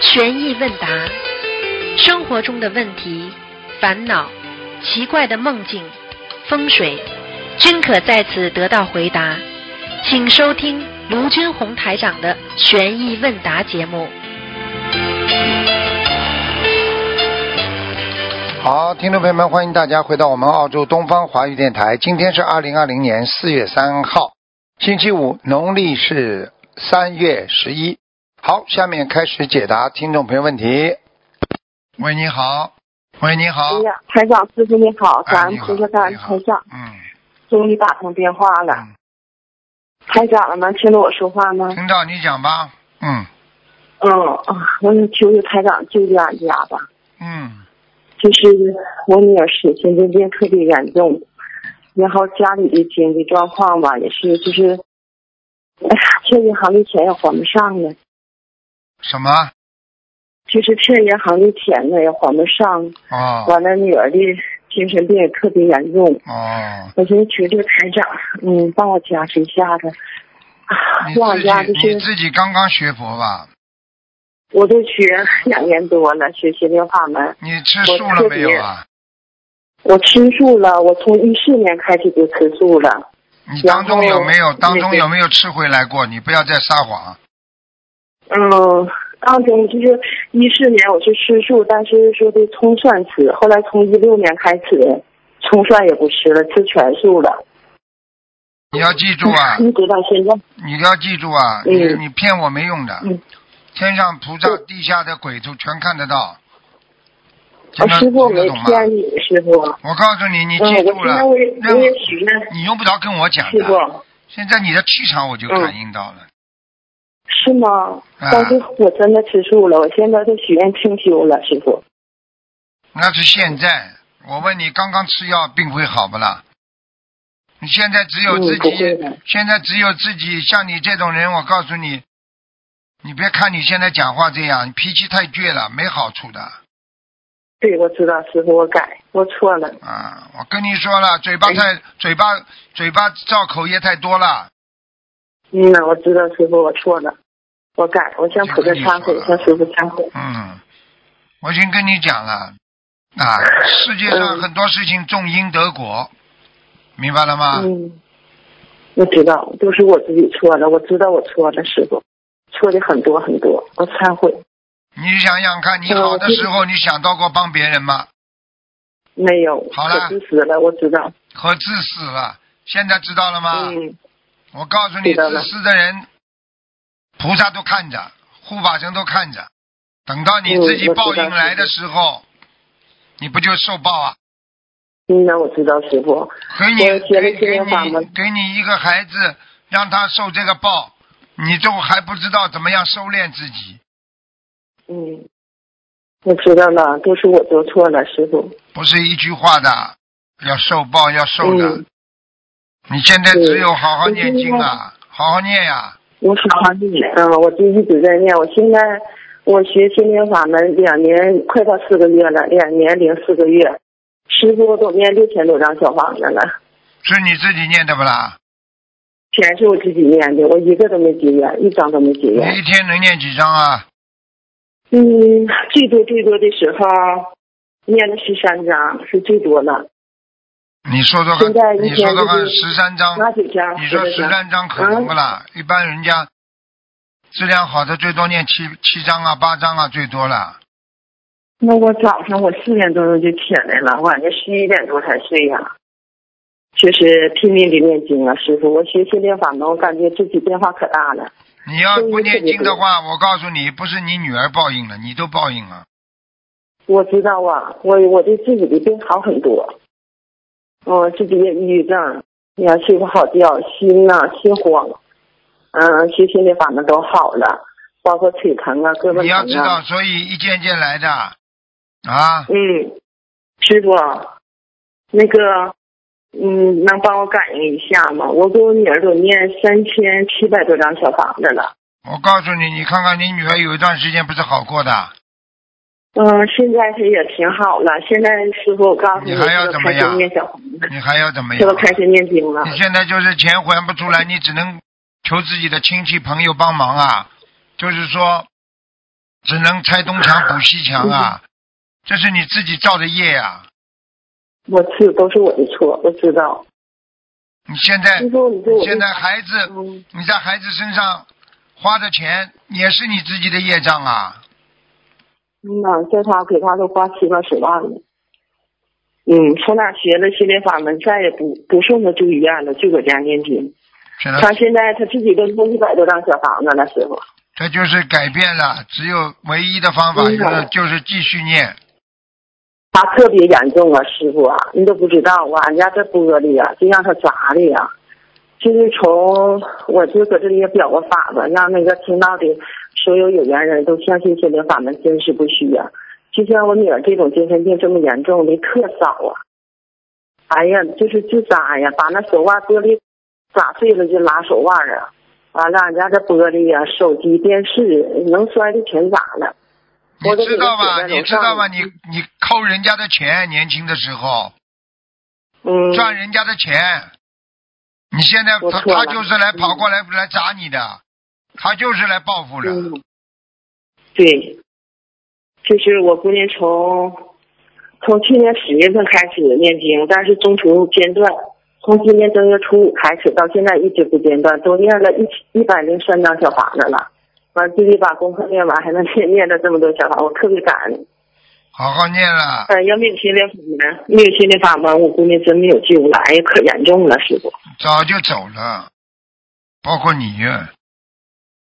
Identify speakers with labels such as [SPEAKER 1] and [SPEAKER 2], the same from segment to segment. [SPEAKER 1] 悬疑问答，生活中的问题、烦恼、奇怪的梦境、风水，均可在此得到回答。请收听卢军红台长的悬疑问答节目。
[SPEAKER 2] 好，听众朋友们，欢迎大家回到我们澳洲东方华语电台。今天是二零二零年四月三号，星期五，农历是三月十一。好，下面开始解答听众朋友问题。喂，你好，喂，你好
[SPEAKER 3] 哎，呀，台长师傅你好，
[SPEAKER 2] 哎
[SPEAKER 3] 感恩
[SPEAKER 2] 你好
[SPEAKER 3] 菩萨，感
[SPEAKER 2] 你
[SPEAKER 3] 恩
[SPEAKER 2] 好
[SPEAKER 3] 台长，
[SPEAKER 2] 嗯，
[SPEAKER 3] 终于打通电话了。
[SPEAKER 2] 嗯
[SPEAKER 3] 台长了吗？听着我说话吗？
[SPEAKER 2] 听到你讲吧，嗯
[SPEAKER 3] 嗯啊，我想求求台长救救俺家吧。
[SPEAKER 2] 嗯
[SPEAKER 3] 就是我女儿是神经病特别严重，然后家里的经济状况吧，也是就是，哎呀，欠银行的钱也还不上了，
[SPEAKER 2] 什么？
[SPEAKER 3] 就是欠银行的钱呢也还不上，
[SPEAKER 2] 哦
[SPEAKER 3] 完了女儿的精神病也特别严重。
[SPEAKER 2] 哦，
[SPEAKER 3] 我寻思求求台长，嗯，帮我加持一下子。啊
[SPEAKER 2] 你
[SPEAKER 3] 我俺家
[SPEAKER 2] 自
[SPEAKER 3] 就
[SPEAKER 2] 己你
[SPEAKER 3] 是
[SPEAKER 2] 自己刚刚学佛吧？
[SPEAKER 3] 我都学两年多了，学心灵法门。
[SPEAKER 2] 你吃素了没有啊？
[SPEAKER 3] 我吃素了，我从一四年开始就吃素了。
[SPEAKER 2] 你当中有没有
[SPEAKER 3] 然后
[SPEAKER 2] 当中有没有吃回来过？你不要再撒谎。
[SPEAKER 3] 嗯，当中就是一四年我是吃素，但是说的葱蒜吃，后来从一六年开始，葱蒜也不吃了，吃全素了，
[SPEAKER 2] 你要记住啊，
[SPEAKER 3] 一直到现在。
[SPEAKER 2] 你要记住啊，
[SPEAKER 3] 嗯
[SPEAKER 2] 你你骗我没用的
[SPEAKER 3] 嗯。
[SPEAKER 2] 天上菩萨、地下的鬼都全看得到。
[SPEAKER 3] 啊
[SPEAKER 2] 听得
[SPEAKER 3] 师傅我
[SPEAKER 2] 听得
[SPEAKER 3] 没
[SPEAKER 2] 懂吗？
[SPEAKER 3] 骗你，师傅。
[SPEAKER 2] 我告诉你，你
[SPEAKER 3] 嗯，
[SPEAKER 2] 记
[SPEAKER 3] 我
[SPEAKER 2] 住
[SPEAKER 3] 现
[SPEAKER 2] 了
[SPEAKER 3] 在我也，
[SPEAKER 2] 任
[SPEAKER 3] 我也许愿，
[SPEAKER 2] 你用不着跟我讲
[SPEAKER 3] 师嗯傅
[SPEAKER 2] 的。现在你的气场我就感应到了。
[SPEAKER 3] 是吗？
[SPEAKER 2] 啊
[SPEAKER 3] 但是我真的吃素了，我现在都许愿清修了，师傅。
[SPEAKER 2] 那是现在，我问你，刚刚吃药病会好不啦？你现在只有
[SPEAKER 3] 嗯
[SPEAKER 2] 自
[SPEAKER 3] 不
[SPEAKER 2] 己，
[SPEAKER 3] 会的
[SPEAKER 2] 现在只有自己。像你这种人，我告诉你，你别看你现在讲话这样，你脾气太倔了，没好处的
[SPEAKER 3] 对，我知道，师傅，我改，我错了。
[SPEAKER 2] 啊！我跟你说了，嘴巴
[SPEAKER 3] 哎
[SPEAKER 2] 太、嘴巴嘴巴造口业太多了。
[SPEAKER 3] 嗯呐，我知道师傅，我错了，我改，我向菩萨忏
[SPEAKER 2] 就跟你说，
[SPEAKER 3] 悔
[SPEAKER 2] 了
[SPEAKER 3] 向师傅忏悔。
[SPEAKER 2] 嗯，我已经跟你讲了，啊，世界上
[SPEAKER 3] 嗯
[SPEAKER 2] 很多事情种因得果，明白了吗？
[SPEAKER 3] 嗯，我知道，都是我自己错了，我知道我错了，师傅，错的很多很多，我忏悔。
[SPEAKER 2] 你想想看，你好的时
[SPEAKER 3] 嗯
[SPEAKER 2] 候，你想到过帮别人吗？
[SPEAKER 3] 没有，
[SPEAKER 2] 好了
[SPEAKER 3] 我自私了，我知道。
[SPEAKER 2] 和自私了，现在知道了吗？
[SPEAKER 3] 嗯，
[SPEAKER 2] 我告诉你，
[SPEAKER 3] 知道了
[SPEAKER 2] 自私的人，菩萨都看着，护法神都看着，等到你
[SPEAKER 3] 嗯
[SPEAKER 2] 自己
[SPEAKER 3] 我知道
[SPEAKER 2] 报应来的时候，你不就受报啊？
[SPEAKER 3] 嗯呐，我知道，师傅。
[SPEAKER 2] 给你
[SPEAKER 3] 我学了
[SPEAKER 2] 给
[SPEAKER 3] 心
[SPEAKER 2] 给
[SPEAKER 3] 灵法
[SPEAKER 2] 你
[SPEAKER 3] 门
[SPEAKER 2] 给你一个孩子，让他受这个报，你都还不知道怎么样收敛自己，
[SPEAKER 3] 嗯，我知道了，都是我做错了，师傅。
[SPEAKER 2] 不是一句话的，要受报要受的。
[SPEAKER 3] 嗯，
[SPEAKER 2] 你现在只有好好
[SPEAKER 3] 对
[SPEAKER 2] 念经啊，好好念呀、
[SPEAKER 3] 我好好念。嗯，我就一直在念，我现在我学心灵法门两年，快到四个月了，两年零四个月。师傅，我总念六千多张小房子了，
[SPEAKER 2] 是你自己念的不啦？
[SPEAKER 3] 全是我自己念的，我一个都没结缘，一张都没结
[SPEAKER 2] 你
[SPEAKER 3] 缘
[SPEAKER 2] 一。天能念几张啊？
[SPEAKER 3] 嗯，最多最多的时候念了十三张，是最多了，
[SPEAKER 2] 你说说看
[SPEAKER 3] 现在，
[SPEAKER 2] 你
[SPEAKER 3] 一天
[SPEAKER 2] 说说看，
[SPEAKER 3] 就是
[SPEAKER 2] 十三张，
[SPEAKER 3] 八九张。
[SPEAKER 2] 啊你说
[SPEAKER 3] 十
[SPEAKER 2] 十
[SPEAKER 3] 来张
[SPEAKER 2] 三张可能不啦？
[SPEAKER 3] 嗯
[SPEAKER 2] 一般人家质量好的最多念七七张啊，八张啊，最多了。
[SPEAKER 3] 那我早上我四点多钟就起来了，晚上十一点多才睡呀、就是拼命的念经啊，师傅，我学习练法门，我感觉自己变化可大了。
[SPEAKER 2] 你要不念经的话，我告诉你，不是你女儿报应了，你都报应了。
[SPEAKER 3] 我知道啊，我我对自己的病好很多，我自己也抑郁症，你看睡不好觉，心呐、心慌，嗯，学习练法门都好了，包括腿疼啊，胳膊疼啊。
[SPEAKER 2] 你要知道，所以一件件来的啊。
[SPEAKER 3] 嗯，师傅，那个，嗯，能帮我感应一下吗？我给我女儿都念三千七百多张小房子了，
[SPEAKER 2] 我告诉你，你看看你女儿有一段时间不是好过的，
[SPEAKER 3] 嗯，现在是也挺好了。现在师傅，我告诉
[SPEAKER 2] 你还
[SPEAKER 3] 现
[SPEAKER 2] 要
[SPEAKER 3] 在
[SPEAKER 2] 怎么
[SPEAKER 3] 开始
[SPEAKER 2] 样
[SPEAKER 3] 念小房子，
[SPEAKER 2] 你还要怎么
[SPEAKER 3] 现
[SPEAKER 2] 样
[SPEAKER 3] 在？开啊始念经了。
[SPEAKER 2] 你现在就是钱还不出来，你只能求自己的亲戚朋友帮忙啊。就是说，只能拆东墙补西墙啊，这是你自己造的业啊呀、
[SPEAKER 3] 我是都是我的错，我知道。
[SPEAKER 2] 你现在
[SPEAKER 3] 师傅，你说我
[SPEAKER 2] 哎现在孩子
[SPEAKER 3] 嗯
[SPEAKER 2] 你在孩子身上花的钱也是你自己的业障啊。
[SPEAKER 3] 嗯呐，在他给他都花七八十万了。嗯，从哪学的心灵法门，再也不不送他住医院了，就搁家念经。
[SPEAKER 2] 现在
[SPEAKER 3] 他现在他自己都弄一百多张小房子了，师傅。
[SPEAKER 2] 这就是改变了，只有唯一的方法
[SPEAKER 3] 嗯
[SPEAKER 2] 就是就是继续念。
[SPEAKER 3] 他特别严重啊，师傅啊，你都不知道啊，俺家这玻璃啊，就让他砸的呀、就是从我就搁这里也表过法子，让那个听到的所有有缘人都相信心灵法门真实不虚啊。就像我女儿这种精神病这么严重的特少啊。哎呀，就是就砸呀，把那手腕玻璃砸碎了就拉手腕啊。完了，俺家这玻璃呀、手机、电视能摔的全砸了。我
[SPEAKER 2] 你
[SPEAKER 3] 都
[SPEAKER 2] 知道吧？你
[SPEAKER 3] 给他写在楼
[SPEAKER 2] 知道
[SPEAKER 3] 上
[SPEAKER 2] 吧？
[SPEAKER 3] 了
[SPEAKER 2] 你你抠人家的钱，年轻的时候
[SPEAKER 3] 嗯，
[SPEAKER 2] 赚人家的钱，你现在
[SPEAKER 3] 我
[SPEAKER 2] 他
[SPEAKER 3] 错
[SPEAKER 2] 他
[SPEAKER 3] 了
[SPEAKER 2] 就是来
[SPEAKER 3] 嗯
[SPEAKER 2] 跑过来来砸你的，他就是来报复的。
[SPEAKER 3] 嗯，对，就是我姑娘从从去年十月份开始念经，但是中途间断，从今年正月初五开始到现在一直不间断，都念了一一百零三张小房子了。完自己把功课念完，还能 念念了这么多小房子，我特别感恩。
[SPEAKER 2] 好好念了，
[SPEAKER 3] 嗯，要没有心灵法门，没有心灵法门，我姑娘真没有救了。哎呀，可严重了，师傅。
[SPEAKER 2] 早就走了，包括你。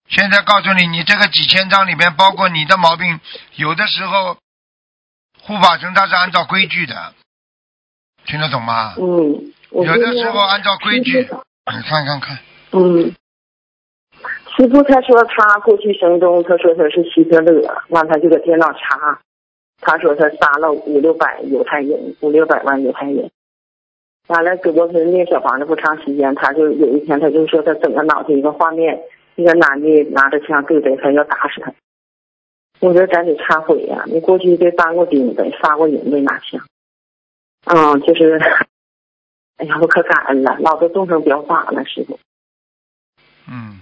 [SPEAKER 2] 现在告诉你，你这个几千张里面，包括你的毛病，有的时候护法神他是按照规矩的，听得懂吗？
[SPEAKER 3] 嗯，我
[SPEAKER 2] 有
[SPEAKER 3] 姑
[SPEAKER 2] 的
[SPEAKER 3] 娘
[SPEAKER 2] 时候按照规矩
[SPEAKER 3] 师傅
[SPEAKER 2] 你看看看，
[SPEAKER 3] 嗯，师傅他说他过去生中，他说他是希特勒，完他就搁电脑查，他说他杀了五六百犹太人，五六百万犹太人。完了，给我们那小房子不长时间，他就有一天他就说他整个脑袋一个画面，一个男的拿着枪对着他要打死他。我说咱得忏悔呀、啊你过去得当过兵呗，杀过人呗，拿枪。嗯，就是，哎呀，我可感恩了，老子众生表法了，师傅。
[SPEAKER 2] 嗯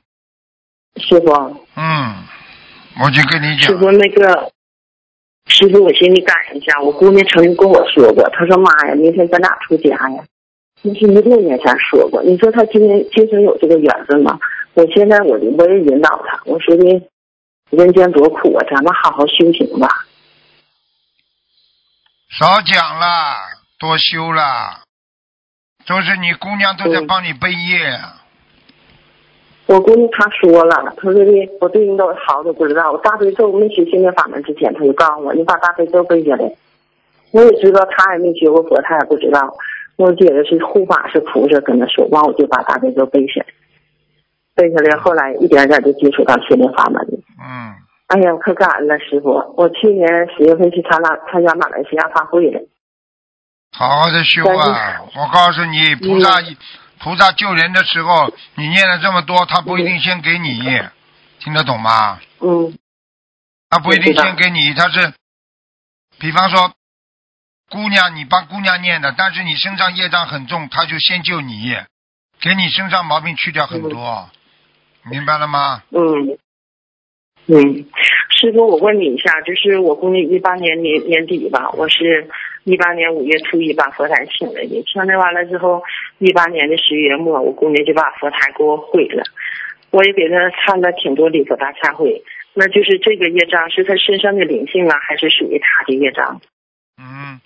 [SPEAKER 3] 师傅，
[SPEAKER 2] 嗯，我就跟你讲
[SPEAKER 3] 师，傅那个，师傅，我心里感恩一下，我姑娘曾经跟我说过，她说妈呀，明天咱俩出家呀。那是一六年前说过，你说她今天今生有这个缘分吗？我现在我我也引导她，我说的人间多苦啊，咱们好好修行吧。
[SPEAKER 2] 少讲啦，多修啦，都是你姑娘都在
[SPEAKER 3] 嗯
[SPEAKER 2] 帮你背业，
[SPEAKER 3] 我姑娘她说了，她说的我对你都好都不知道，我大悲咒没学心灵法门之前，她就告诉我，你把大悲咒背下来。我也知道她也没学过佛，她也不知道。我姐姐是护法是菩萨跟她说，完我就把大悲咒背下来，背下来，后来一点点就接触到心灵法门了。
[SPEAKER 2] 嗯，
[SPEAKER 3] 哎呀，我可感恩了师傅！我去年十月份去参加参加马来西亚法会了，
[SPEAKER 2] 好好的修啊！我告诉你，菩萨、菩萨救人的时候，你念了这么多，他不一定先给你，听得懂吗？
[SPEAKER 3] 嗯
[SPEAKER 2] 他不一定
[SPEAKER 3] 我知道
[SPEAKER 2] 先给你，他是，比方说，姑娘，你帮姑娘念的，但是你身上业障很重，他就先救你，给你身上毛病去掉很多，明白了吗？
[SPEAKER 3] 嗯嗯，师傅，我问你一下，就是我估计一八年年年底吧，我是一八年五月初一把佛台请来的，请来完了之后，一八年的十一月末，我姑娘就把佛台给我毁了，我也给她忏了挺多礼佛大忏悔，那就是这个业障是她身上的灵性啊，还是属于她的业障？
[SPEAKER 2] 嗯，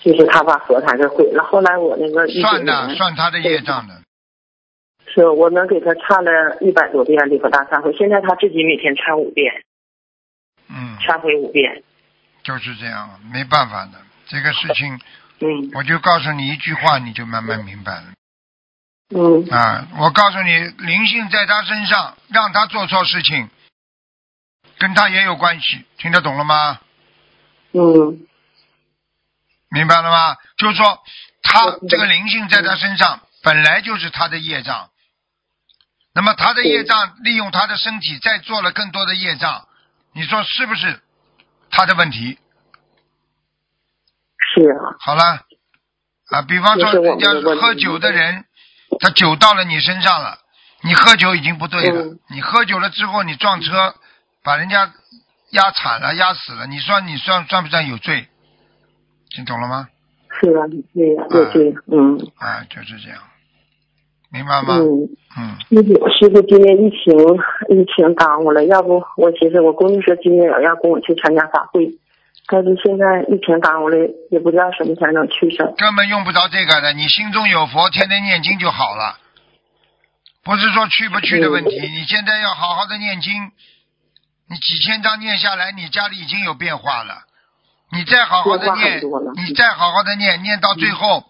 [SPEAKER 3] 就是她把佛台给毁了，后来我那个一九
[SPEAKER 2] 算的，
[SPEAKER 3] 年，
[SPEAKER 2] 算他的业障的。
[SPEAKER 3] 是我能给她忏了一百多遍礼佛大忏悔，现在她自己每天忏五遍，
[SPEAKER 2] 嗯，
[SPEAKER 3] 忏悔五遍，
[SPEAKER 2] 就是这样，没办法的，这个事情，
[SPEAKER 3] 嗯。
[SPEAKER 2] 我就告诉你一句话，你就慢慢明白了。
[SPEAKER 3] 嗯
[SPEAKER 2] 啊，我告诉你，灵性在他身上，让他做错事情，跟他也有关系，听得懂了吗？
[SPEAKER 3] 嗯
[SPEAKER 2] 明白了吗？就是说，
[SPEAKER 3] 我
[SPEAKER 2] 他
[SPEAKER 3] 听懂
[SPEAKER 2] 这个灵性在他身上本来就是他的业障，那么他的业障利用他的身体再做了更多的业障，你说是不是他的问题？，
[SPEAKER 3] 是啊，
[SPEAKER 2] 好了，啊，比方说
[SPEAKER 3] 这是我
[SPEAKER 2] 人
[SPEAKER 3] 们
[SPEAKER 2] 家
[SPEAKER 3] 的问题
[SPEAKER 2] 喝酒的人，他酒到了你身上了，你喝酒已经不对了，
[SPEAKER 3] 嗯
[SPEAKER 2] 你喝酒了之后你撞车，把人家压惨了、压死了，你算你算算不算有罪？听懂了吗？
[SPEAKER 3] 是啊，对呀、对对，嗯
[SPEAKER 2] 啊，就是这样，明白吗？
[SPEAKER 3] 嗯。
[SPEAKER 2] 嗯，
[SPEAKER 3] 师傅，师傅，今年疫情疫情耽误了，要不我寻思我闺女说今年也要跟我去参加法会，但是现在疫情耽误了，也不知道什么才能去上。
[SPEAKER 2] 根本用不着这个的，你心中有佛，天天念经就好了。不是说去不去的问题，你现在要好好的念经，你几千章念下来，你家里已经有变化了。你再好好的
[SPEAKER 3] 变化很
[SPEAKER 2] 念
[SPEAKER 3] 多了，
[SPEAKER 2] 你再好好的念，念到最后，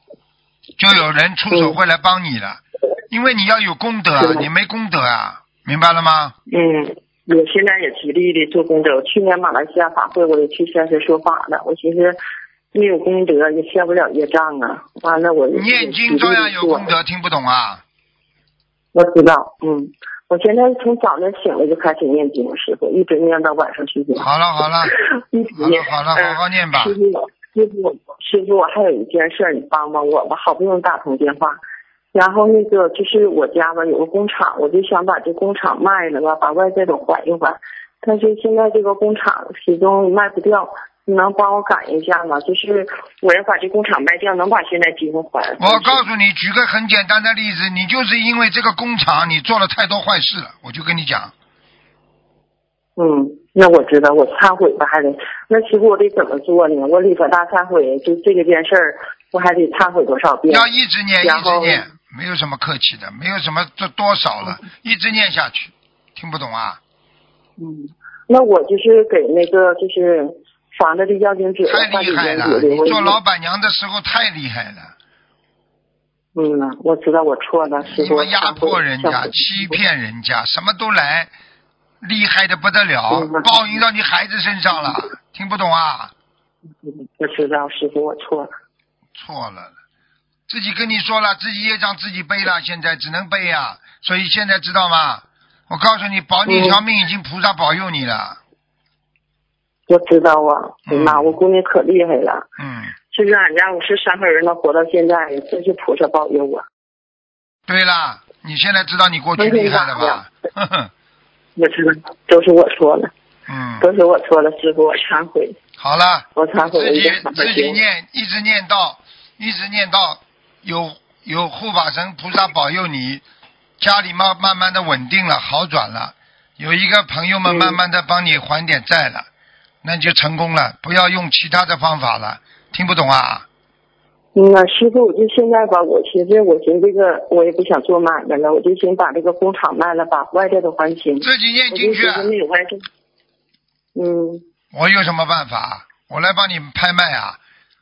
[SPEAKER 2] 就有人出手会来帮你了，因为你要有功德
[SPEAKER 3] 是
[SPEAKER 2] 啊，
[SPEAKER 3] 的
[SPEAKER 2] 你没功德啊，明白了吗？
[SPEAKER 3] 嗯，我现在也极力的做功德。我去年马来西亚法会我也去宣誓说法了，我寻思没有功德也消不了业障啊。完了我也
[SPEAKER 2] 念经照样有功。德，听不懂啊？
[SPEAKER 3] 我知道，嗯，我现在从早晨醒了就开始念经，师傅一直念到晚上睡觉。
[SPEAKER 2] 好了好了，
[SPEAKER 3] 一直
[SPEAKER 2] 好了
[SPEAKER 3] 念，嗯
[SPEAKER 2] 好了，好好念吧
[SPEAKER 3] 师。傅，师傅，师傅，我还有一件事儿，你帮帮我，我好不容易打通电话。然后那个就是我家吧，有个工厂，我就想把这工厂卖了吧，把外债都还一还。但是现在这个工厂始终卖不掉，你能帮我赶一下吗？就是我要把这工厂卖掉，能把现在积分还。
[SPEAKER 2] 我告诉你，举个很简单的例子，你就是因为这个工厂，你做了太多坏事了，我就跟你讲，
[SPEAKER 3] 嗯，那我知道，我忏悔吧，还得那师傅我得怎么做呢？我礼佛大忏悔，就这个件事儿，我还得忏悔多少遍？
[SPEAKER 2] 要一直念，
[SPEAKER 3] 然
[SPEAKER 2] 一直
[SPEAKER 3] 后
[SPEAKER 2] 念，没有什么客气的，没有什么这多少了，一直念下去，听不懂啊？
[SPEAKER 3] 嗯，那我就是给那个就是房子的要经者
[SPEAKER 2] 太
[SPEAKER 3] 画几
[SPEAKER 2] 厉害
[SPEAKER 3] 张
[SPEAKER 2] 了！
[SPEAKER 3] 纸的，
[SPEAKER 2] 你
[SPEAKER 3] 我
[SPEAKER 2] 做老
[SPEAKER 3] 也
[SPEAKER 2] 板娘的时候太厉害了，
[SPEAKER 3] 嗯呐，我知道我错了，师
[SPEAKER 2] 你
[SPEAKER 3] 傅。
[SPEAKER 2] 们压迫人
[SPEAKER 3] 上
[SPEAKER 2] 家、
[SPEAKER 3] 回
[SPEAKER 2] 欺骗人家，什么都来，厉害的不得了
[SPEAKER 3] 嗯那，
[SPEAKER 2] 报应到你孩子身上了，听不懂啊？
[SPEAKER 3] 嗯我知道师傅我错了，
[SPEAKER 2] 错了，自己跟你说了，自己业障自己背了，现在只能背啊，所以现在知道吗？我告诉你，保你一条命已经菩萨保佑你了，
[SPEAKER 3] 我知道啊，哎呀妈，
[SPEAKER 2] 嗯
[SPEAKER 3] 我姑娘可厉害了，
[SPEAKER 2] 嗯，
[SPEAKER 3] 就是俺家五十三个人能活到现在，真是菩萨保佑我。
[SPEAKER 2] 对啦，你现在知道你过去厉害了吧？ 呵呵，
[SPEAKER 3] 我知道都是我错了，
[SPEAKER 2] 嗯，
[SPEAKER 3] 都是我错了，师傅我忏悔，
[SPEAKER 2] 好了。
[SPEAKER 3] 我忏悔，我
[SPEAKER 2] 自
[SPEAKER 3] 一
[SPEAKER 2] 己
[SPEAKER 3] 定好好
[SPEAKER 2] 自己
[SPEAKER 3] 行。
[SPEAKER 2] 念，一直念到，一直念到有有护法神菩萨保佑你，家里慢慢慢的稳定了，好转了，有一个朋友们
[SPEAKER 3] 嗯
[SPEAKER 2] 慢慢的帮你还点债了，那你就成功了，不要用其他的方法了，听不懂啊？
[SPEAKER 3] 嗯呐，师傅，我就现在吧，我寻思，我寻思这个，我也不想做买卖了，我就寻思把这个工厂卖了，把外债都还清。
[SPEAKER 2] 自己念
[SPEAKER 3] 我就
[SPEAKER 2] 进去啊
[SPEAKER 3] 寻，思没有外债。嗯，
[SPEAKER 2] 我有什么办法？我来帮你拍卖啊！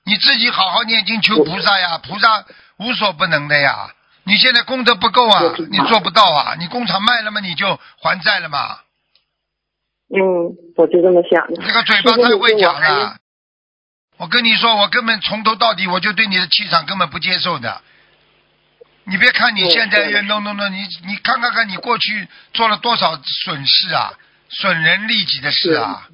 [SPEAKER 2] 你自己好好念经求菩萨呀，菩萨无所不能的呀。你现在功德不够啊
[SPEAKER 3] 我知道，
[SPEAKER 2] 你做不到啊，你工厂卖了嘛，你就还债了嘛。
[SPEAKER 3] 嗯，我就这么想的。
[SPEAKER 2] 这个嘴巴太会讲了。我跟你说，我根本从头到底我就对你的气场根本不接受的。你别看你现在
[SPEAKER 3] 对是的
[SPEAKER 2] 越弄弄弄，你你看看看你过去做了多少损事啊，损人利己的事啊！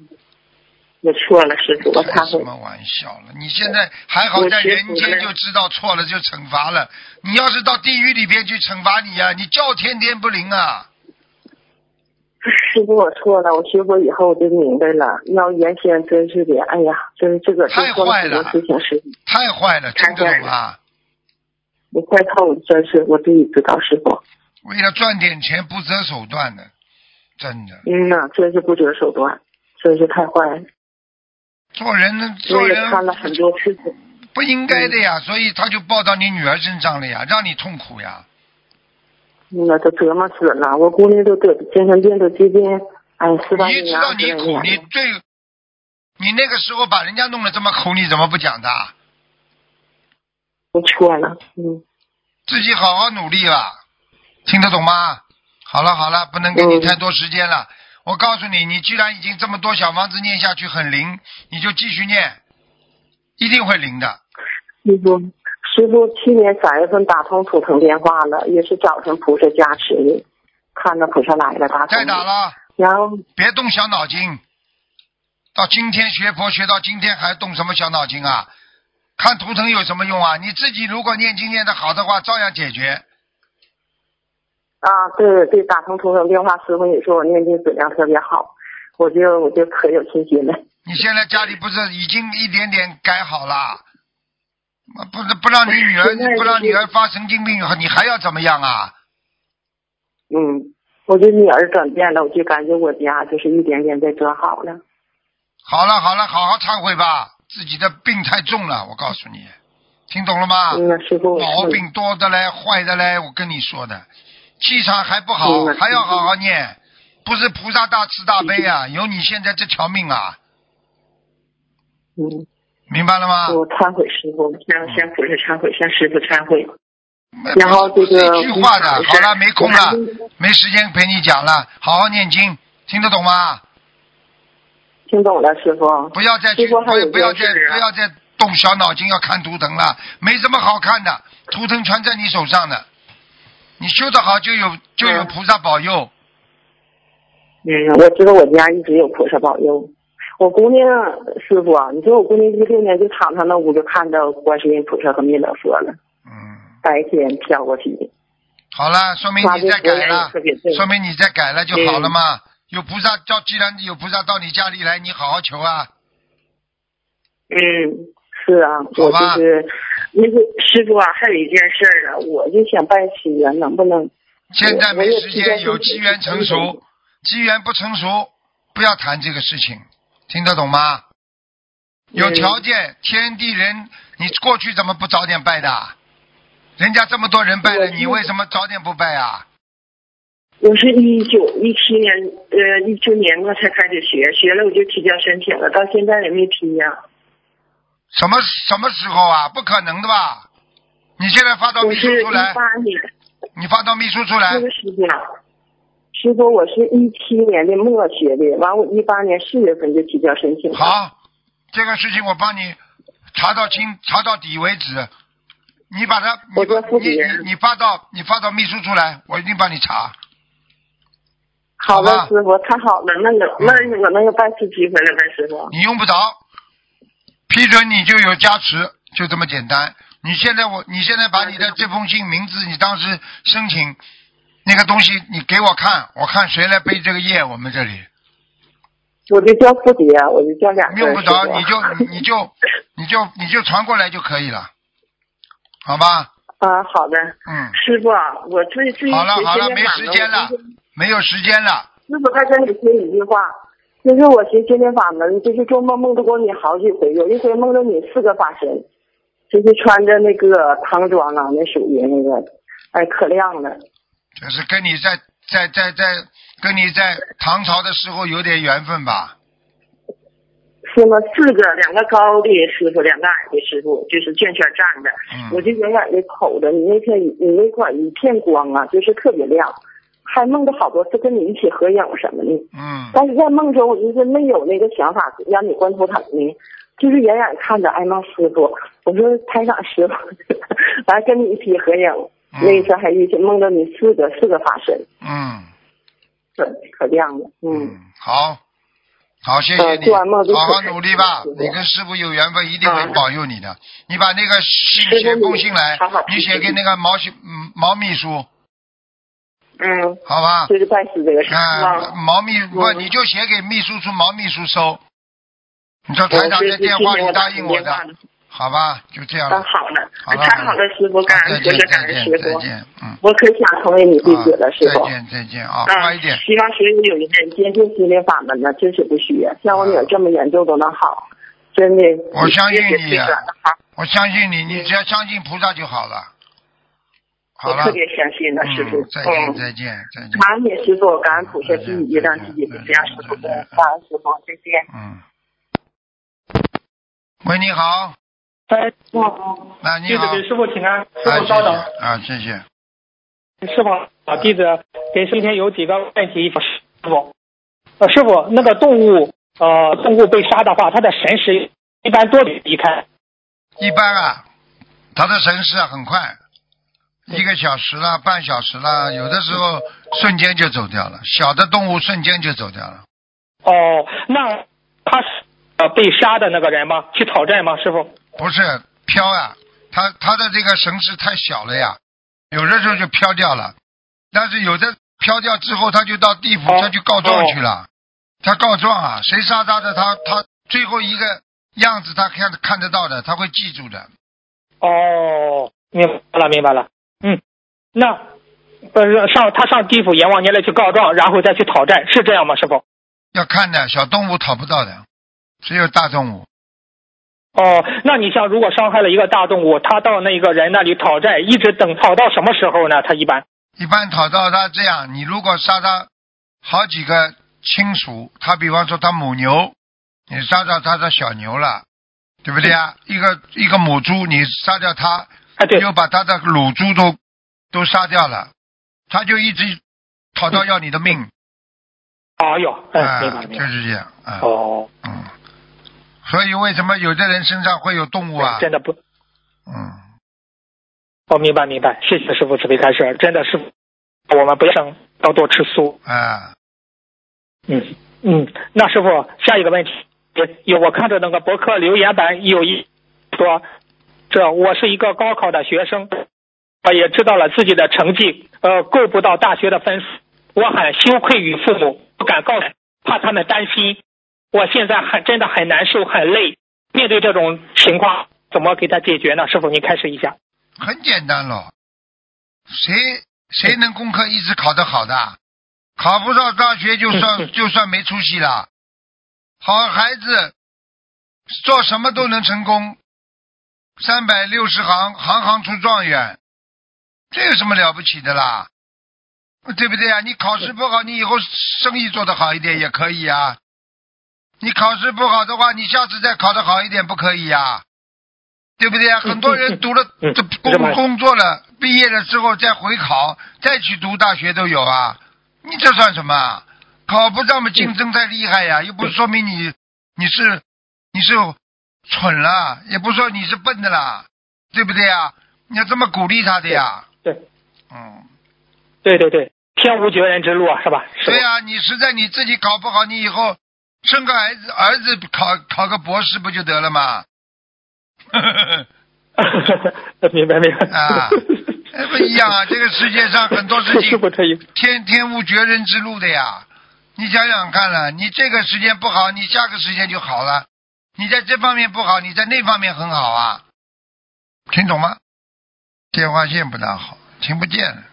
[SPEAKER 3] 我错了，师傅，我
[SPEAKER 2] 开
[SPEAKER 3] 忏
[SPEAKER 2] 什
[SPEAKER 3] 悔。
[SPEAKER 2] 么玩笑了？你现在还好在人间就知道错了就惩罚了，你要是到地狱里边去惩罚你啊，你叫天天不灵啊！
[SPEAKER 3] 师傅，我错了，我学佛以后我就明白了。要原先真是的，哎呀，真是自个儿做错很多事情，师傅，
[SPEAKER 2] 太坏了，听得
[SPEAKER 3] 太坏
[SPEAKER 2] 懂
[SPEAKER 3] 了
[SPEAKER 2] 啊？
[SPEAKER 3] 我快透了，真是我自己知道，师傅。
[SPEAKER 2] 为了赚点钱不择手段的，真的。
[SPEAKER 3] 嗯呐，真是不择手段，真是太坏了。
[SPEAKER 2] 做人呢，
[SPEAKER 3] 我
[SPEAKER 2] 做
[SPEAKER 3] 也
[SPEAKER 2] 人
[SPEAKER 3] 看嗯了很多次。
[SPEAKER 2] 不应该的呀，所以他就报到你女儿身上了呀，让你痛苦呀。
[SPEAKER 3] 那都折磨死了，我姑娘都得精神病，都接近哎四八
[SPEAKER 2] 你
[SPEAKER 3] 年
[SPEAKER 2] 知道你苦，你最，你那个时候把人家弄得这么苦，你怎么不讲的啊？
[SPEAKER 3] 我错了，嗯，
[SPEAKER 2] 自己好好努力吧，听得懂吗？好了好了，不能给你
[SPEAKER 3] 嗯
[SPEAKER 2] 太多时间了。我告诉你，你既然已经这么多小房子念下去很灵，你就继续念，一定会灵的。
[SPEAKER 3] 师傅，师傅去年三月份打通图腾电话了，也是早晨菩萨加持的，看着菩萨来了打通
[SPEAKER 2] 再，打了。
[SPEAKER 3] 然后
[SPEAKER 2] 别动小脑筋。到今天学佛学到今天还动什么小脑筋啊？看图腾有什么用啊？你自己如果念经念得好的话，照样解决。
[SPEAKER 3] 啊，对对，打通图腾电话，师傅你说我念经质量特别好，我就我就可有信心了。
[SPEAKER 2] 你现在家里不是已经一点点改好了？不不让你女儿
[SPEAKER 3] 现在就是
[SPEAKER 2] 不让女儿发神经病，你还要怎么样啊？
[SPEAKER 3] 嗯，我就女儿转变了，我就感觉我家就是一点点在转好了。
[SPEAKER 2] 好了好了，好好忏悔吧，自己的病太重了，我告诉你，听懂了吗？
[SPEAKER 3] 嗯，师傅，
[SPEAKER 2] 啊毛病多的嘞，坏的嘞，我跟你说的，气场还不好
[SPEAKER 3] 嗯，那
[SPEAKER 2] 还要好好念，不是菩萨大慈大悲啊，有你现在这条命啊，
[SPEAKER 3] 嗯，
[SPEAKER 2] 明白了吗？
[SPEAKER 3] 我忏悔师傅，向
[SPEAKER 2] 嗯
[SPEAKER 3] 向菩萨忏悔，向师傅忏悔。
[SPEAKER 2] 没
[SPEAKER 3] 嗯然后
[SPEAKER 2] 不
[SPEAKER 3] 这
[SPEAKER 2] 是
[SPEAKER 3] 个
[SPEAKER 2] 一句话的，
[SPEAKER 3] 我
[SPEAKER 2] 好了，没空
[SPEAKER 3] 我
[SPEAKER 2] 了
[SPEAKER 3] 还是，
[SPEAKER 2] 没时间陪你讲了，好好念经，听得懂吗？
[SPEAKER 3] 听懂了，师傅。
[SPEAKER 2] 不要再去，
[SPEAKER 3] 师傅还有
[SPEAKER 2] 不要
[SPEAKER 3] 一
[SPEAKER 2] 再
[SPEAKER 3] 件事啊
[SPEAKER 2] 不要再动小脑筋，要看图腾了，没什么好看的，图腾全在你手上呢。你修得好就有就有
[SPEAKER 3] 嗯
[SPEAKER 2] 菩萨保佑，
[SPEAKER 3] 嗯，我知道我家一直有菩萨保佑。我姑娘，师傅啊，你说我姑娘一六年就躺上那屋就看到观世音菩萨和弥勒佛了，
[SPEAKER 2] 嗯，
[SPEAKER 3] 白天飘过去。
[SPEAKER 2] 好了，说明
[SPEAKER 3] 发
[SPEAKER 2] 你
[SPEAKER 3] 的
[SPEAKER 2] 在
[SPEAKER 3] 佛
[SPEAKER 2] 改
[SPEAKER 3] 缘也
[SPEAKER 2] 了
[SPEAKER 3] 特，别重。
[SPEAKER 2] 说明你在改了就好了嘛。有菩萨到，既然有菩萨到你家里来，你好好求啊。
[SPEAKER 3] 嗯，是啊，
[SPEAKER 2] 好
[SPEAKER 3] 我就
[SPEAKER 2] 吧
[SPEAKER 3] 是那个师傅啊，还有一件事儿啊，我就想拜起源，能不能？
[SPEAKER 2] 现在没时
[SPEAKER 3] 我也
[SPEAKER 2] 间，
[SPEAKER 3] 是
[SPEAKER 2] 有机缘成熟，机缘不成熟，不要谈这个事情，听得懂吗？有
[SPEAKER 3] 嗯
[SPEAKER 2] 条件，天地人，你过去怎么不早点拜的？人家这么多人拜了，
[SPEAKER 3] 我
[SPEAKER 2] 你为什么早点不拜啊？
[SPEAKER 3] 我是一九一七年，呃，一九年我才开始学，学了我就提交申请了，到现在也没批呀、
[SPEAKER 2] 什么什么时候啊？不可能的吧？你现在发到
[SPEAKER 3] 我
[SPEAKER 2] 秘书
[SPEAKER 3] 是一
[SPEAKER 2] 出来，
[SPEAKER 3] 八年，
[SPEAKER 2] 你发到秘书出来
[SPEAKER 3] 那，个师傅啊，师傅，我是一七年的末学的，完我一八年四月份就提交申请了。，
[SPEAKER 2] 好，这个事情我帮你查到清、查到底为止。你把它，
[SPEAKER 3] 我
[SPEAKER 2] 你
[SPEAKER 3] 做负
[SPEAKER 2] 你
[SPEAKER 3] 责人
[SPEAKER 2] 你你发到你发到秘书处来，我一定帮你查。
[SPEAKER 3] 好
[SPEAKER 2] 好吧
[SPEAKER 3] 了，师傅，太好了，那
[SPEAKER 2] 嗯
[SPEAKER 3] 个那我能有拜师机会了呗，师傅。
[SPEAKER 2] 你用不着批准，你就有加持，就这么简单。你现在我，你现在把你的这封信名字，你当时申请那个东西，你给我看，我看谁来背这个业。我们这里
[SPEAKER 3] 我就叫蝴蝶，我就叫两个。
[SPEAKER 2] 用不着，你就
[SPEAKER 3] 师傅啊
[SPEAKER 2] 你就你就你就传过来就可以了，好吧？
[SPEAKER 3] 啊，好的，
[SPEAKER 2] 嗯，
[SPEAKER 3] 师傅啊，我最最
[SPEAKER 2] 好了好了，没时间了，没有时间了。
[SPEAKER 3] 师傅再跟你说一句话，就是我学心灵法门，就是做梦梦到过你好几回，有一回梦到你四个法身，就是穿着那个唐装啊，那属于那个，哎，可亮了。
[SPEAKER 2] 就是跟你在在在在跟你在唐朝的时候有点缘分吧。
[SPEAKER 3] 说了四个，两个高的师傅，两个矮的师傅，就是圈圈站着，
[SPEAKER 2] 嗯
[SPEAKER 3] 我就远远的瞅着你那天，你那块一片光啊，就是特别亮，还梦到好多次跟你一起合影什么的。
[SPEAKER 2] 嗯，
[SPEAKER 3] 但是在梦中，我就是没有那个想法让你关头疼呢，就是远远看着哎妈师傅，我说台长师傅， 完跟你一起合影，
[SPEAKER 2] 嗯
[SPEAKER 3] 那一次还一起梦到你四个四个法身，
[SPEAKER 2] 嗯
[SPEAKER 3] 可可亮了，嗯，
[SPEAKER 2] 好，好，谢谢
[SPEAKER 3] 呃
[SPEAKER 2] 你，
[SPEAKER 3] 做完梦就
[SPEAKER 2] 好好
[SPEAKER 3] 是
[SPEAKER 2] 努力吧
[SPEAKER 3] 师傅。
[SPEAKER 2] 你跟师傅有缘分，一定会
[SPEAKER 3] 嗯
[SPEAKER 2] 保佑你的。你把那个信
[SPEAKER 3] 师傅
[SPEAKER 2] 写
[SPEAKER 3] 你
[SPEAKER 2] 封信来
[SPEAKER 3] 好好，
[SPEAKER 2] 你写给那个毛信嗯毛秘书，
[SPEAKER 3] 嗯，
[SPEAKER 2] 好吧？
[SPEAKER 3] 就是拜师这个事
[SPEAKER 2] 啊，
[SPEAKER 3] 啊，
[SPEAKER 2] 毛秘不，
[SPEAKER 3] 嗯
[SPEAKER 2] 你就写给秘书处毛秘书收。你说台长
[SPEAKER 3] 我
[SPEAKER 2] 在
[SPEAKER 3] 是今
[SPEAKER 2] 电话里
[SPEAKER 3] 天
[SPEAKER 2] 答应我
[SPEAKER 3] 我打
[SPEAKER 2] 的
[SPEAKER 3] 电，
[SPEAKER 2] 好吧？就这样
[SPEAKER 3] 啊
[SPEAKER 2] 了，
[SPEAKER 3] 好了
[SPEAKER 2] 好，了
[SPEAKER 3] 太好了，师傅，感
[SPEAKER 2] 啊再
[SPEAKER 3] 恩菩
[SPEAKER 2] 见，
[SPEAKER 3] 萨，感
[SPEAKER 2] 再见，
[SPEAKER 3] 恩师
[SPEAKER 2] 再
[SPEAKER 3] 傅，
[SPEAKER 2] 见，嗯。
[SPEAKER 3] 我可想成为你弟子了，师
[SPEAKER 2] 啊
[SPEAKER 3] 傅
[SPEAKER 2] 再。见再见啊，
[SPEAKER 3] 啊
[SPEAKER 2] 快一点，
[SPEAKER 3] 希望学友有一天坚信心灵法门呢，真是不虚。像我女儿这么严重都能好，真的。
[SPEAKER 2] 啊我相信你啊
[SPEAKER 3] 谢谢谢谢好，
[SPEAKER 2] 我相信
[SPEAKER 3] 嗯
[SPEAKER 2] 你，你只要相信菩萨就好了。好
[SPEAKER 3] 我
[SPEAKER 2] 了
[SPEAKER 3] 特，别相信呢，师傅。
[SPEAKER 2] 嗯，再见
[SPEAKER 3] 嗯，
[SPEAKER 2] 再见再见，
[SPEAKER 3] 感恩你师傅，感恩菩萨第一，让自己不这样，师傅。感恩师傅，啊再见。
[SPEAKER 2] 嗯。喂，你好，
[SPEAKER 4] 哎，师傅好，
[SPEAKER 2] 啊，你
[SPEAKER 4] 弟子
[SPEAKER 2] 好，
[SPEAKER 4] 给师傅请安，师
[SPEAKER 2] 啊，
[SPEAKER 4] 傅
[SPEAKER 2] 谢
[SPEAKER 4] 稍
[SPEAKER 2] 谢
[SPEAKER 4] 等，
[SPEAKER 2] 啊，谢谢。
[SPEAKER 4] 师傅好，啊弟子给升天有几个问题，师傅，呃，师傅那个动物，呃，动物被杀的话，它的神识一般多久离开？
[SPEAKER 2] 一般啊，他的神识啊很快，一个小时啦，半小时啦，有的时候瞬间就走掉了，小的动物瞬间就走掉了。
[SPEAKER 4] 哦，那他是呃被杀的那个人吗？去讨债吗？师傅？
[SPEAKER 2] 不是飘啊，它它的这个绳子太小了呀，有的时候就飘掉了，但是有的飘掉之后，它就到地府，
[SPEAKER 4] 哦
[SPEAKER 2] 它就告状去了。他告状啊，谁杀他的，他他最后一个样子他看看得到的，他会记住的。
[SPEAKER 4] 哦，明白了，明白了。嗯，那不是上他上地府阎王年来去告状，然后再去讨债，是这样吗，师傅？
[SPEAKER 2] 要看的小动物讨不到的，只有大动物。
[SPEAKER 4] 哦，那你像如果伤害了一个大动物，他到那个人那里讨债，一直等讨到什么时候呢？他一般
[SPEAKER 2] 一般讨到他这样，你如果杀他好几个亲属，他比方说他母牛，你杀掉他的小牛了，对不对啊？一个一个母猪，你杀掉它，
[SPEAKER 4] 哎对，
[SPEAKER 2] 又把它的乳猪都都杀掉了，他就一直讨到要你的
[SPEAKER 4] 嗯
[SPEAKER 2] 命
[SPEAKER 4] 哎呦，
[SPEAKER 2] 啊、
[SPEAKER 4] 哎，明白明
[SPEAKER 2] 就
[SPEAKER 4] 白。
[SPEAKER 2] 是这样啊，
[SPEAKER 4] 哦，
[SPEAKER 2] 嗯。所以为什么有的人身上会有动物啊？
[SPEAKER 4] 真的不，
[SPEAKER 2] 嗯，
[SPEAKER 4] 哦，明白明白，谢谢师傅慈悲开示，真的是我们不要生要多吃素。
[SPEAKER 2] 啊，
[SPEAKER 4] 嗯，嗯，那师傅，下一个问题，有我看着那个博客留言板有一说，这我是一个高考的学生，我也知道了自己的成绩，呃，够不到大学的分数，我很羞愧于父母，不敢告诉，怕他们担心。我现在很真的很难受，很累。面对这种情况，怎么给他解决呢？师傅，您开始一下。
[SPEAKER 2] 很简单咯。谁谁能功课一直考得好的？考不到大学就
[SPEAKER 4] 嗯
[SPEAKER 2] 算
[SPEAKER 4] 嗯
[SPEAKER 2] 就算没出息了。好孩子，做什么都能成功，三百六十行，行行出状元，这有什么了不起的啦？对不对啊？你考试不好，你以后生意做得好一点也可以啊。你考试不好的话，你下次再考得好一点不可以呀、对不对呀、很多人读了
[SPEAKER 4] 嗯
[SPEAKER 2] 这
[SPEAKER 4] 这么
[SPEAKER 2] 工工作了，毕业了之后再回考，再去读大学都有啊。你这算什么啊？考不上嘛，竞争太厉害呀、
[SPEAKER 4] 嗯
[SPEAKER 2] 又不是说明你你是你是蠢了，也不是说你是笨的啦，对不对呀、你要这么鼓励他的呀。
[SPEAKER 4] 对对
[SPEAKER 2] 嗯，
[SPEAKER 4] 对对对，天无绝人之路啊，是吧？是
[SPEAKER 2] 对呀、你实在你自己搞不好，你以后生个儿子，儿子考考个博士不就得了 吗？
[SPEAKER 4] 明白明白
[SPEAKER 2] 啊那不一样啊！这个世界上很多事
[SPEAKER 4] 师
[SPEAKER 2] 情
[SPEAKER 4] 傅可以，
[SPEAKER 2] 天天无绝人之路的呀。你想想看了，你这个时间不好，你下个时间就好了；你在这方面不好，你在那方面很好啊。听懂吗？电话线不大好，听不见了。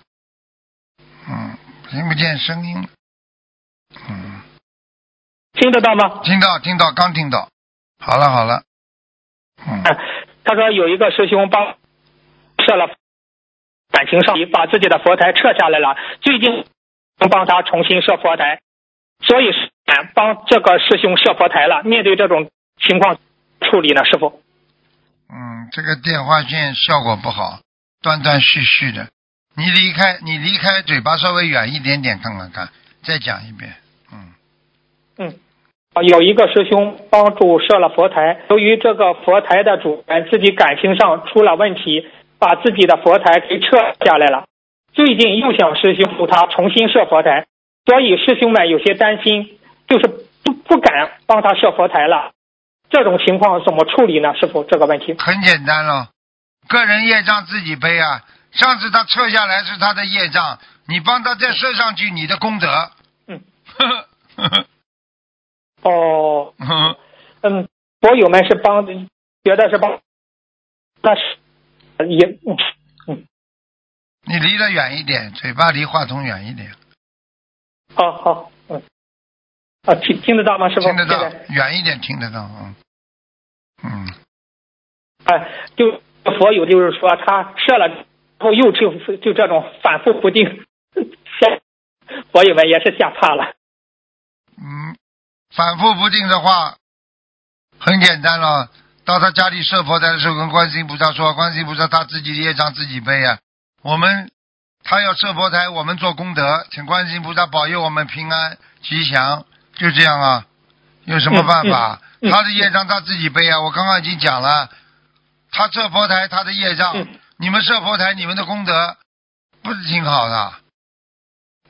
[SPEAKER 2] 嗯，听不见声音了。嗯，
[SPEAKER 4] 听得到吗？
[SPEAKER 2] 听到听到，刚听到。好了好了。嗯，
[SPEAKER 4] 哎他说有一个师兄帮设了感情上，把自己的佛台撤下来了，最近帮他重新设佛台，所以是帮这个师兄设佛台了。面对这种情况处理呢，师傅？
[SPEAKER 2] 嗯，这个电话线效果不好，断断续续的。你离开，你离开嘴巴稍微远一点点，看看看，再讲一遍。嗯，
[SPEAKER 4] 啊，有一个师兄帮助设了佛台，由于这个佛台的主人自己感情上出了问题，把自己的佛台给撤下来了。最近又想师兄助他重新设佛台，所以师兄们有些担心，就是不不敢帮他设佛台了。这种情况怎么处理呢？师傅，这个问题。
[SPEAKER 2] 很简单咯，个人业障自己背啊。上次他撤下来是他的业障，你帮他再设上去，你的功德。
[SPEAKER 4] 嗯
[SPEAKER 2] 呵呵呵
[SPEAKER 4] 哦，
[SPEAKER 2] 呵呵，
[SPEAKER 4] 嗯，佛友们是帮，觉得是帮，但是也嗯
[SPEAKER 2] 你离得远一点，嘴巴离话筒远一点，
[SPEAKER 4] 好好嗯，啊听听得到吗，师傅？
[SPEAKER 2] 听得到
[SPEAKER 4] 现在，
[SPEAKER 2] 远一点听得到。嗯嗯，
[SPEAKER 4] 哎，就佛友就是说他设了之后又就就这种反复不定，吓佛友们也是吓怕了。
[SPEAKER 2] 嗯，反复不定的话，很简单了。到他家里设佛台的时候，跟观世音菩萨说：“观世音菩萨，他自己的业障自己背啊。我们他要设佛台，我们做功德，请观世音菩萨保佑我们平安吉祥。”就这样啊，有什么办法？
[SPEAKER 4] 嗯嗯嗯
[SPEAKER 2] 他的业障他自己背啊。我刚刚已经讲了，他设佛台，他的业障；
[SPEAKER 4] 嗯
[SPEAKER 2] 你们设佛台，你们的功德，不是挺好的？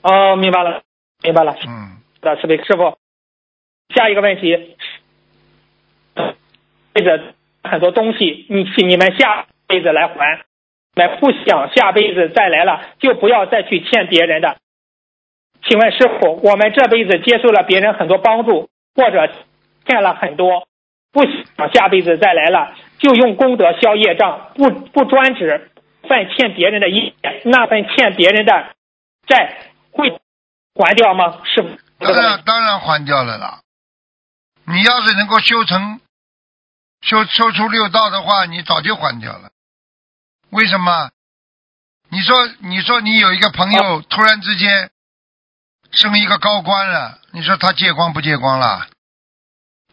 [SPEAKER 4] 哦，明白了，明白了，
[SPEAKER 2] 嗯，
[SPEAKER 4] 的慈悲师傅。下一个问题，背着很多东西，你请你们下辈子来还，你们不想下辈子再来了，就不要再去欠别人的。请问师傅，我们这辈子接受了别人很多帮助，或者欠了很多，不想下辈子再来了，就用功德消业障，不不专指犯欠别人的业，那份欠别人的债会还掉吗？师傅，
[SPEAKER 2] 当然当然还掉了啦。你要是能够修成修修出六道的话，你早就还掉了。为什么？你说你说你有一个朋友突然之间升一个高官了，你说他借光不借光啦？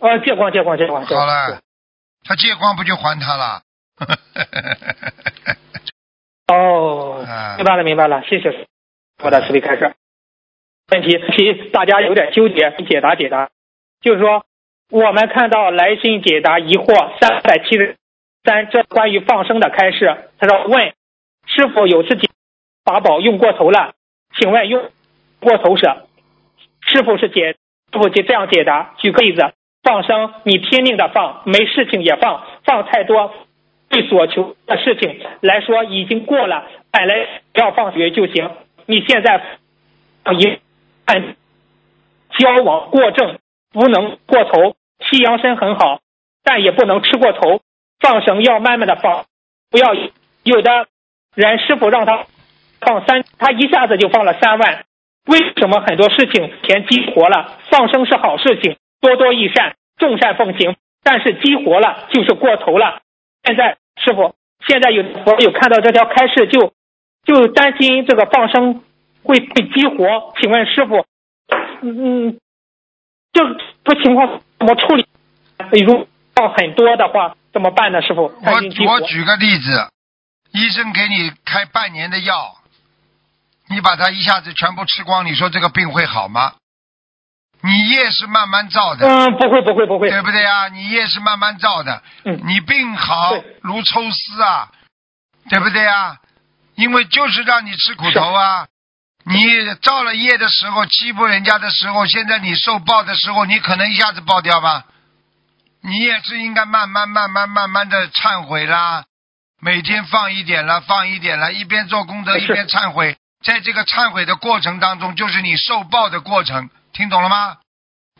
[SPEAKER 4] 呃，借光借光借光。借
[SPEAKER 2] 好
[SPEAKER 4] 光
[SPEAKER 2] 了，他借光不就还他 了？
[SPEAKER 4] 哦，
[SPEAKER 2] 啊
[SPEAKER 4] 明白了，明白了，谢谢师父我的慈悲开示。问题其实大家有点纠结，解答解答，就是说我们看到来信解答疑惑三百七十三这关于放生的开示，他说问师傅有自己法宝用过头了，请问用过头者，师傅是解师傅就这样解答，举个例子，放生你拼命的放，没事情也放，放太多对所求的事情来说已经过了，本来只要放学就行。你现在一按交往过正，不能过头。西洋参很好，但也不能吃过头。放绳要慢慢的放，不要有的人师傅让他放三，他一下子就放了三万。为什么很多事情钱激活了，放生是好事情，多多益善，众善奉行。但是激活了就是过头了，现在师傅，现在有我有看到这条开示就就担心这个放生会被激活，请问师傅，嗯，这个情况怎么处理？如果很多的话怎么办呢？师傅，担心激
[SPEAKER 2] 我
[SPEAKER 4] 活
[SPEAKER 2] 我举个例子，医生给你开半年的药，你把它一下子全部吃光，你说这个病会好吗？你业是慢慢造的，
[SPEAKER 4] 嗯，不会不会不会，
[SPEAKER 2] 对不对啊？你业是慢慢造的，
[SPEAKER 4] 嗯
[SPEAKER 2] 你病好
[SPEAKER 4] 对
[SPEAKER 2] 如抽丝啊，对不对啊？因为就是让你吃苦头啊。你造了业的时候，欺负人家的时候，现在你受报的时候，你可能一下子爆掉吧？你也是应该慢慢、慢慢、慢慢的忏悔啦，每天放一点啦，放一点啦，一边做功德
[SPEAKER 4] 是
[SPEAKER 2] 一边忏悔。在这个忏悔的过程当中，就是你受报的过程，听懂了吗？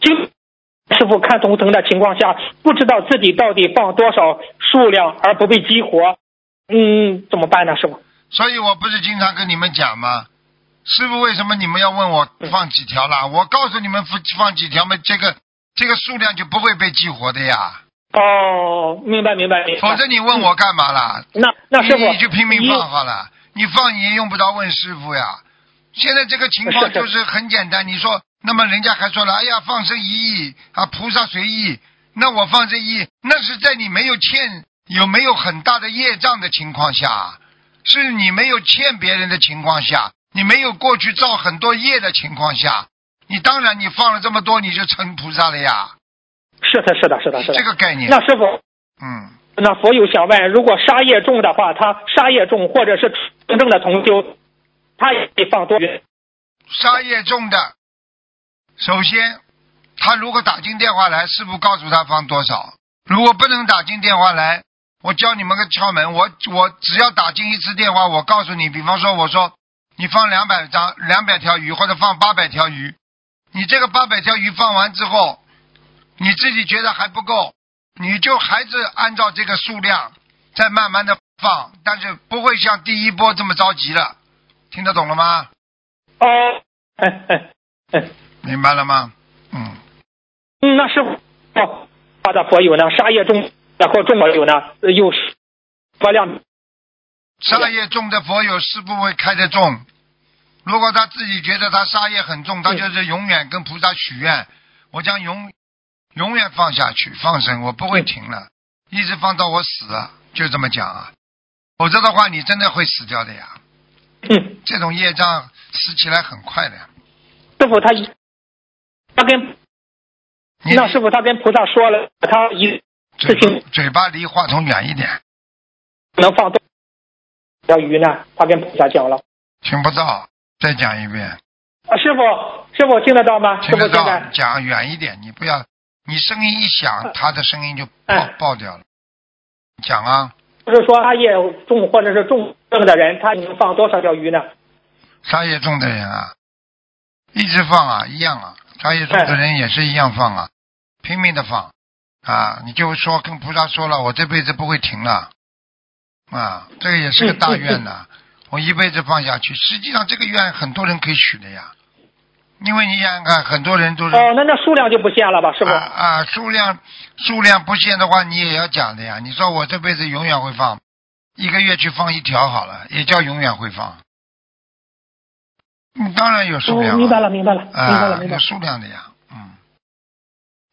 [SPEAKER 4] 经师傅看图腾的情况下，不知道自己到底放多少数量而不被激活，嗯，怎么办呢？师傅，
[SPEAKER 2] 所以我不是经常跟你们讲吗？师傅，为什么你们要问我放几条啦？我告诉你们放放几条嘛，这个这个数量就不会被激活的呀。
[SPEAKER 4] 哦，明白明白明白，
[SPEAKER 2] 否则你问我干嘛啦？
[SPEAKER 4] 那那师
[SPEAKER 2] 你
[SPEAKER 4] 傅
[SPEAKER 2] 你就拼命
[SPEAKER 4] 一
[SPEAKER 2] 放好了，你放你也用不着问师傅呀。现在这个情况
[SPEAKER 4] 是是
[SPEAKER 2] 就是很简单，你说，那么人家还说了，哎呀，放生一亿啊，菩萨随意，那我放这一亿，那是在你没有欠有没有很大的业障的情况下，是你没有欠别人的情况下，你没有过去造很多业的情况下，你当然你放了这么多，你就成菩萨了呀，
[SPEAKER 4] 是的，是的，是的，啊是的。
[SPEAKER 2] 这个概念，
[SPEAKER 4] 那师傅，
[SPEAKER 2] 嗯。
[SPEAKER 4] 那佛友想问，如果杀业重的话，他杀业重或者是纯正的同修，他也得放多远？
[SPEAKER 2] 杀业重的，首先，他如果打进电话来，师傅告诉他放多少；如果不能打进电话来，我教你们个窍门，我我只要打进一次电话，我告诉你，比方说我说你放两百张两百条鱼，或者放八百条鱼，你这个八百条鱼放完之后，你自己觉得还不够，你就还是按照这个数量再慢慢的放，但是不会像第一波这么着急了，听得懂了吗？
[SPEAKER 4] 哦，哎哎哎，
[SPEAKER 2] 明白了吗？嗯，
[SPEAKER 4] 嗯那师傅，哦他的佛友呢？杀业重的或重的有呢？呃有佛量
[SPEAKER 2] 杀业重的佛友是不会开得重。如果他自己觉得他杀业很重，他就是永远跟菩萨许愿，我将永永远放下去放生，我不会停了，一直放到我死啊，就这么讲啊。否则的话，你真的会死掉的呀。
[SPEAKER 4] 嗯，
[SPEAKER 2] 这种业障死起来很快的呀。
[SPEAKER 4] 师傅他一他跟
[SPEAKER 2] 你
[SPEAKER 4] 那师傅他跟菩萨说了，他一
[SPEAKER 2] 嘴
[SPEAKER 4] 这
[SPEAKER 2] 巴嘴巴离话筒远一点，
[SPEAKER 4] 能放多条鱼呢？他跟菩萨讲了。
[SPEAKER 2] 听不到。再讲一遍，
[SPEAKER 4] 啊，师傅，师傅听得到吗？师
[SPEAKER 2] 听
[SPEAKER 4] 傅
[SPEAKER 2] 得
[SPEAKER 4] 现在嗯
[SPEAKER 2] 到，讲远一点，你不要，你声音一响，他的声音就爆
[SPEAKER 4] 哎
[SPEAKER 2] 爆掉了。讲啊，
[SPEAKER 4] 就是说他业重或者是重症的人，他能放多少条鱼呢？
[SPEAKER 2] 杀业重的人啊，一直放啊，一样啊，超越中的人也是一样放啊，拼命的放啊，你就说跟菩萨说了，我这辈子不会停了啊，这个也是个大愿呐、
[SPEAKER 4] 嗯
[SPEAKER 2] 我一辈子放下去。实际上这个愿很多人可以许的呀，因为你想想看，很多人都是
[SPEAKER 4] 哦，那那数量就不限了吧，师傅？
[SPEAKER 2] 嗯啊啊，数量数量不限的话，你也要讲的呀。你说我这辈子永远会放，一个月去放一条好了，也叫永远会放。你当然有数量、啊
[SPEAKER 4] 哦，明白了，明白了，明白了，
[SPEAKER 2] 啊，
[SPEAKER 4] 明白
[SPEAKER 2] 有
[SPEAKER 4] 了。
[SPEAKER 2] 数量的呀，嗯，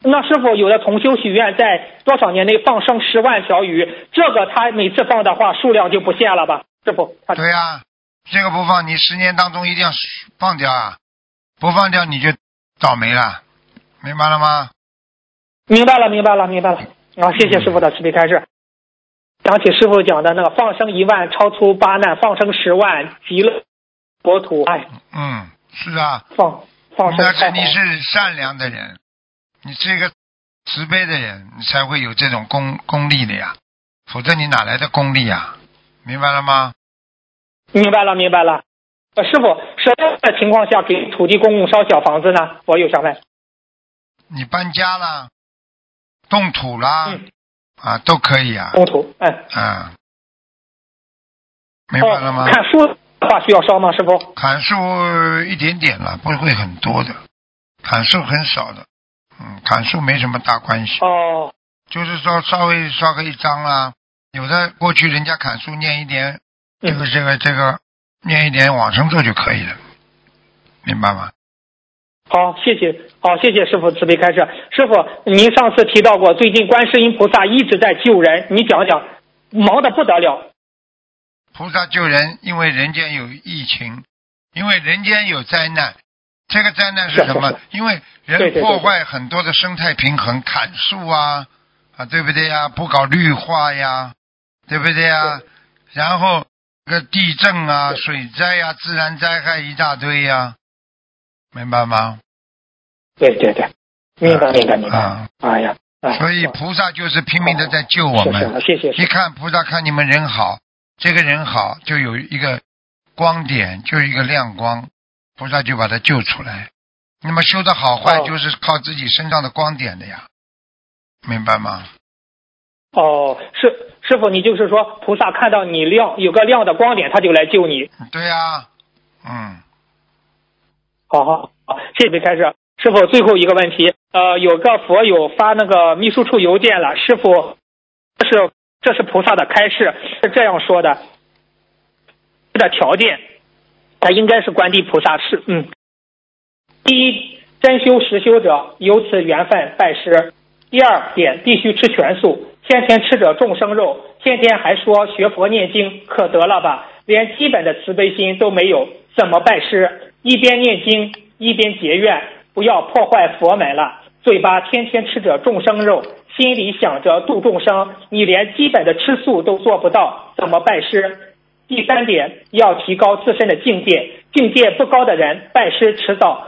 [SPEAKER 4] 那是否有的同修许愿在多少年内放生十万条鱼？这个他每次放的话，数量就不限了吧？师傅，他
[SPEAKER 2] 对呀、这个不放，你十年当中一定要放掉啊，不放掉你就倒霉了，明白了吗？
[SPEAKER 4] 明白了，明白了，明白了。啊，谢谢师傅的慈悲开示。想起师傅讲的那个放生一万超出八难，放生十万极乐国土。哎，
[SPEAKER 2] 嗯，是啊，
[SPEAKER 4] 放放生
[SPEAKER 2] 那
[SPEAKER 4] 太
[SPEAKER 2] 是
[SPEAKER 4] 好
[SPEAKER 2] 你
[SPEAKER 4] 了。
[SPEAKER 2] 是善良的人，你是一个慈悲的人，你才会有这种功功力的呀，否则你哪来的功力呀？明白了吗？
[SPEAKER 4] 明白了，明白了。呃，师傅，什么样的情况下给土地公公烧小房子呢？我有想问。
[SPEAKER 2] 你搬家啦，动土啦，
[SPEAKER 4] 嗯，
[SPEAKER 2] 啊，都可以啊，
[SPEAKER 4] 公土，哎，
[SPEAKER 2] 啊，明白了
[SPEAKER 4] 哦
[SPEAKER 2] 吗，？
[SPEAKER 4] 看书的话需要烧吗？师傅？
[SPEAKER 2] 砍树一点点了，不会很多的，砍树很少的，嗯，砍树没什么大关系，
[SPEAKER 4] 哦，
[SPEAKER 2] 就是说稍微烧个一张啦，有的过去人家砍树念一点这个
[SPEAKER 4] 嗯，
[SPEAKER 2] 这个这个念一点往生咒就可以了，明白吗？
[SPEAKER 4] 好，谢谢，好，谢谢师傅慈悲开示。师傅，您上次提到过，最近观世音菩萨一直在救人，你讲讲，忙得不得了。
[SPEAKER 2] 菩萨救人，因为人间有疫情，因为人间有灾难。这个灾难是什
[SPEAKER 4] 是
[SPEAKER 2] 么
[SPEAKER 4] 是？
[SPEAKER 2] 因为人
[SPEAKER 4] 对对对
[SPEAKER 2] 破坏很多的生态平衡，砍树啊，啊，对不对呀？不搞绿化呀，对不对呀？然后这个地震啊、
[SPEAKER 4] 对
[SPEAKER 2] 水灾呀、自然灾害一大堆呀，明白吗？
[SPEAKER 4] 对对对，明白明白明白。
[SPEAKER 2] 啊，
[SPEAKER 4] 哎呀，哎
[SPEAKER 2] 所以菩萨就是拼命的在救我
[SPEAKER 4] 是啊
[SPEAKER 2] 们。
[SPEAKER 4] 是，谢谢师
[SPEAKER 2] 一看菩萨看你们人好，这个人好，就有一个光点，就有一个亮光，菩萨就把他救出来。那么修的好坏
[SPEAKER 4] 哦
[SPEAKER 2] 就是靠自己身上的光点的呀，明白吗？
[SPEAKER 4] 傅。哦，师师傅，你就是说，菩萨看到你亮有个亮的光点，他就来救你。
[SPEAKER 2] 对呀、嗯，
[SPEAKER 4] 好好好，谢谢别开始。师傅，最后一个问题，呃，有个佛友发那个秘书处邮件了，师傅，这是这是菩萨的开示，是这样说的，的条件，他应该是观地菩萨是，嗯，第一，真修实修者由此缘分拜师；第二点，必须吃全素，先前吃者众生肉，天天还说学佛念经，可得了吧？连基本的慈悲心都没有，怎么拜师？一边念经一边结怨，不要破坏佛门了。嘴巴天天吃着众生肉，心里想着度众生，你连基本的吃素都做不到，怎么拜师？第三点，要提高自身的境界，境界不高的人，拜师迟早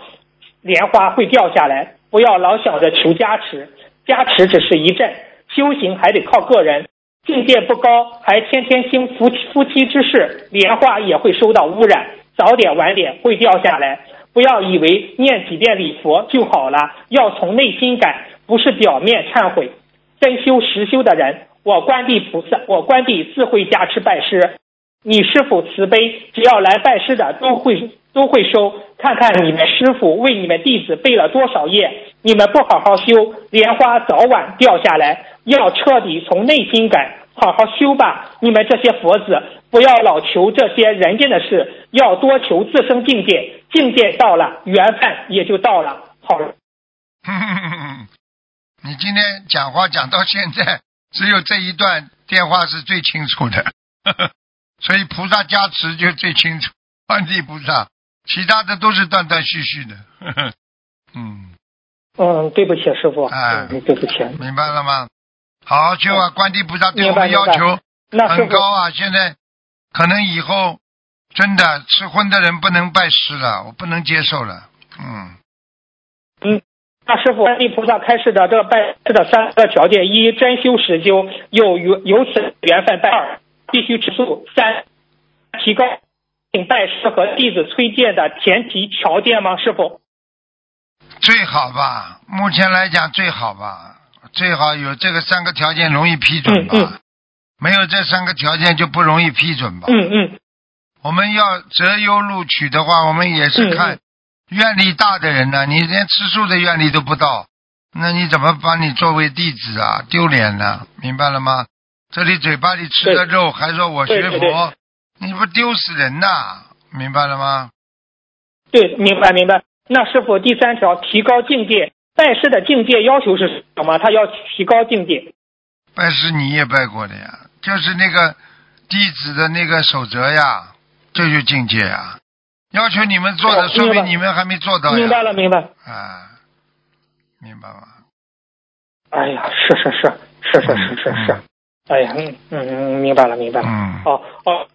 [SPEAKER 4] 莲花会掉下来。不要老想着求加持，加持只是一阵，修行还得靠个人。境界不高，还天天兴夫妻夫妻之事，莲花也会受到污染，早点晚点会掉下来。不要以为念几遍礼佛就好了，要从内心感，不是表面忏悔。真修实修的人，我观地菩萨，我观地自会加持拜师。你师傅慈悲，只要来拜师的都会都会收。看看你们师傅为你们弟子背了多少业，你们不好好修，莲花早晚掉下来。要彻底从内心改，好好修吧。你们这些佛子，不要老求这些人间的事，要多求自身境界。境界到了，缘分也就到了。好了，
[SPEAKER 2] 你今天讲话讲到现在，只有这一段电话是最清楚的， 所以菩萨加持就最清楚，观地菩萨，其他的都是断断续续的。 嗯。
[SPEAKER 4] 嗯，对不起，师傅，
[SPEAKER 2] 哎
[SPEAKER 4] 嗯，对不起。
[SPEAKER 2] 明白了吗？好好修啊！观地菩萨对我
[SPEAKER 4] 明白
[SPEAKER 2] 们要求
[SPEAKER 4] 那师
[SPEAKER 2] 很
[SPEAKER 4] 傅，
[SPEAKER 2] 高啊！现在可能以后真的吃荤的人不能拜师了，我不能接受了。嗯，
[SPEAKER 4] 那师傅，观地菩萨开示的这个拜师的三个条件：一、真修实修，有有有此缘分拜；二、必须吃素；三、提高请拜师和弟子推荐的前提条件吗？师傅，
[SPEAKER 2] 最好吧，目前来讲最好吧，最好有这个三个条件容易批准吧，
[SPEAKER 4] 嗯嗯
[SPEAKER 2] 没有这三个条件就不容易批准吧。
[SPEAKER 4] 嗯嗯
[SPEAKER 2] 我们要择优录取的话，我们也是看
[SPEAKER 4] 嗯
[SPEAKER 2] 愿力大的人呢、你连吃素的愿力都不到，那你怎么把你作为弟子啊？丢脸呢、明白了吗？这里嘴巴里吃的
[SPEAKER 4] 对
[SPEAKER 2] 肉，还说我
[SPEAKER 4] 对
[SPEAKER 2] 学
[SPEAKER 4] 对
[SPEAKER 2] 佛，你不丢死人呐、明白了吗？
[SPEAKER 4] 对，明白明白。那师傅，第三条提高境界，拜师的境界要求是什么？他要提高境界。
[SPEAKER 2] 拜师你也拜过的呀，就是那个弟子的那个守则呀，这就境界呀。要求你们做的，
[SPEAKER 4] 哦
[SPEAKER 2] 说
[SPEAKER 4] 明
[SPEAKER 2] 明
[SPEAKER 4] 白
[SPEAKER 2] 你们还没做到呀。
[SPEAKER 4] 明白了，明白。
[SPEAKER 2] 啊，明白吗？
[SPEAKER 4] 哎呀，是是是是是是是是
[SPEAKER 2] 嗯。
[SPEAKER 4] 哎呀，嗯嗯，嗯明白了明白了。
[SPEAKER 2] 嗯，
[SPEAKER 4] 哦哦，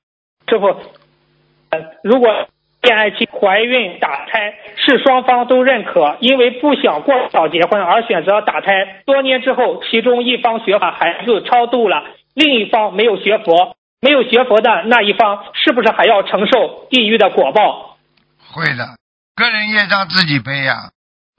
[SPEAKER 4] 师傅，呃，如果恋爱期怀孕打胎是双方都认可，因为不想过早结婚而选择打胎，多年之后，其中一方学法孩子超度了，另一方没有学佛，没有学佛的那一方是不是还要承受地狱的果报？
[SPEAKER 2] 会的，个人业障自己背呀。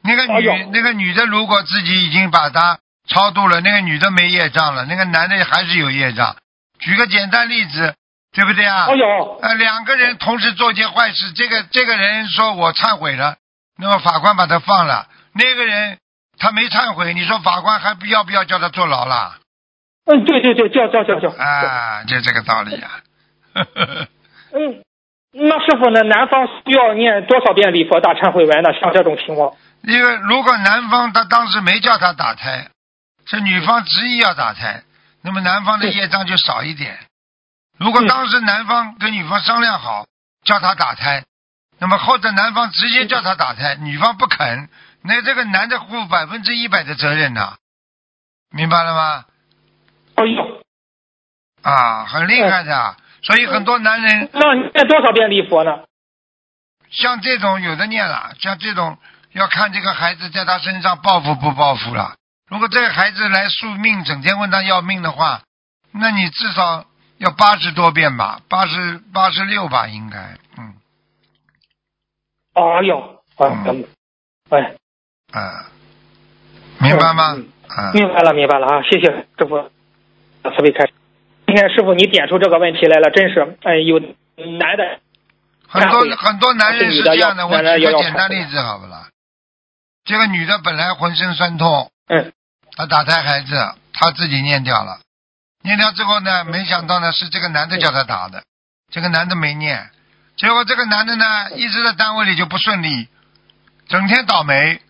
[SPEAKER 2] 那个
[SPEAKER 4] 哎
[SPEAKER 2] 女、
[SPEAKER 4] 呦
[SPEAKER 2] 那个女的如果自己已经把她超度了，那个女的没业障了，那个男的还是有业障。举个简单例子，对不对啊？
[SPEAKER 4] 哦哟，
[SPEAKER 2] 呃，两个人同时做件坏事，这个这个人说我忏悔了，那么法官把他放了，那个人他没忏悔，你说法官还不要不要叫他坐牢啦？
[SPEAKER 4] 嗯，对对对，叫叫叫叫，
[SPEAKER 2] 啊，就这个道理 啊。
[SPEAKER 4] 嗯。那师傅呢？男方需要念多少遍礼佛大忏悔文呢？像这种情况，
[SPEAKER 2] 因为如果男方他当时没叫他打胎，这女方执意要打胎，那么男方的
[SPEAKER 4] 嗯
[SPEAKER 2] 业障就少一点。如果
[SPEAKER 4] 嗯
[SPEAKER 2] 当时男方跟女方商量好叫他打胎，那么或者男方直接叫他打胎，女方不肯，那这个男的负百分之一百的责任呐、明白了吗？
[SPEAKER 4] 哎呦，
[SPEAKER 2] 啊，很厉害的啊，所以很多男人
[SPEAKER 4] 那你念多少遍礼佛呢？
[SPEAKER 2] 像这种有的念了，像这种要看这个孩子在他身上报复不报复了。如果这个孩子来宿命，整天问他要命的话，那你至少要八十多遍吧，八十八十六吧，应该，嗯
[SPEAKER 4] 哎呦，哎，
[SPEAKER 2] 嗯
[SPEAKER 4] 哎，
[SPEAKER 2] 啊，明白吗
[SPEAKER 4] 嗯？
[SPEAKER 2] 啊，
[SPEAKER 4] 明白了，明白了啊！谢谢师傅，慈悲开示。你看师傅，你点出这个问题来了，真是，哎，有男的，
[SPEAKER 2] 很多
[SPEAKER 4] 忏悔
[SPEAKER 2] 很多男人是这样的。我
[SPEAKER 4] 男人
[SPEAKER 2] 举
[SPEAKER 4] 要
[SPEAKER 2] 个
[SPEAKER 4] 要
[SPEAKER 2] 简单例子好不啦？这个女的本来浑身酸痛，
[SPEAKER 4] 嗯，
[SPEAKER 2] 她打胎孩子，她自己念掉了，念掉之后呢，
[SPEAKER 4] 嗯
[SPEAKER 2] 没想到呢是这个男的叫她打的，这个男的没念，结果这个男的呢一直在单位里就不顺利，整天倒霉。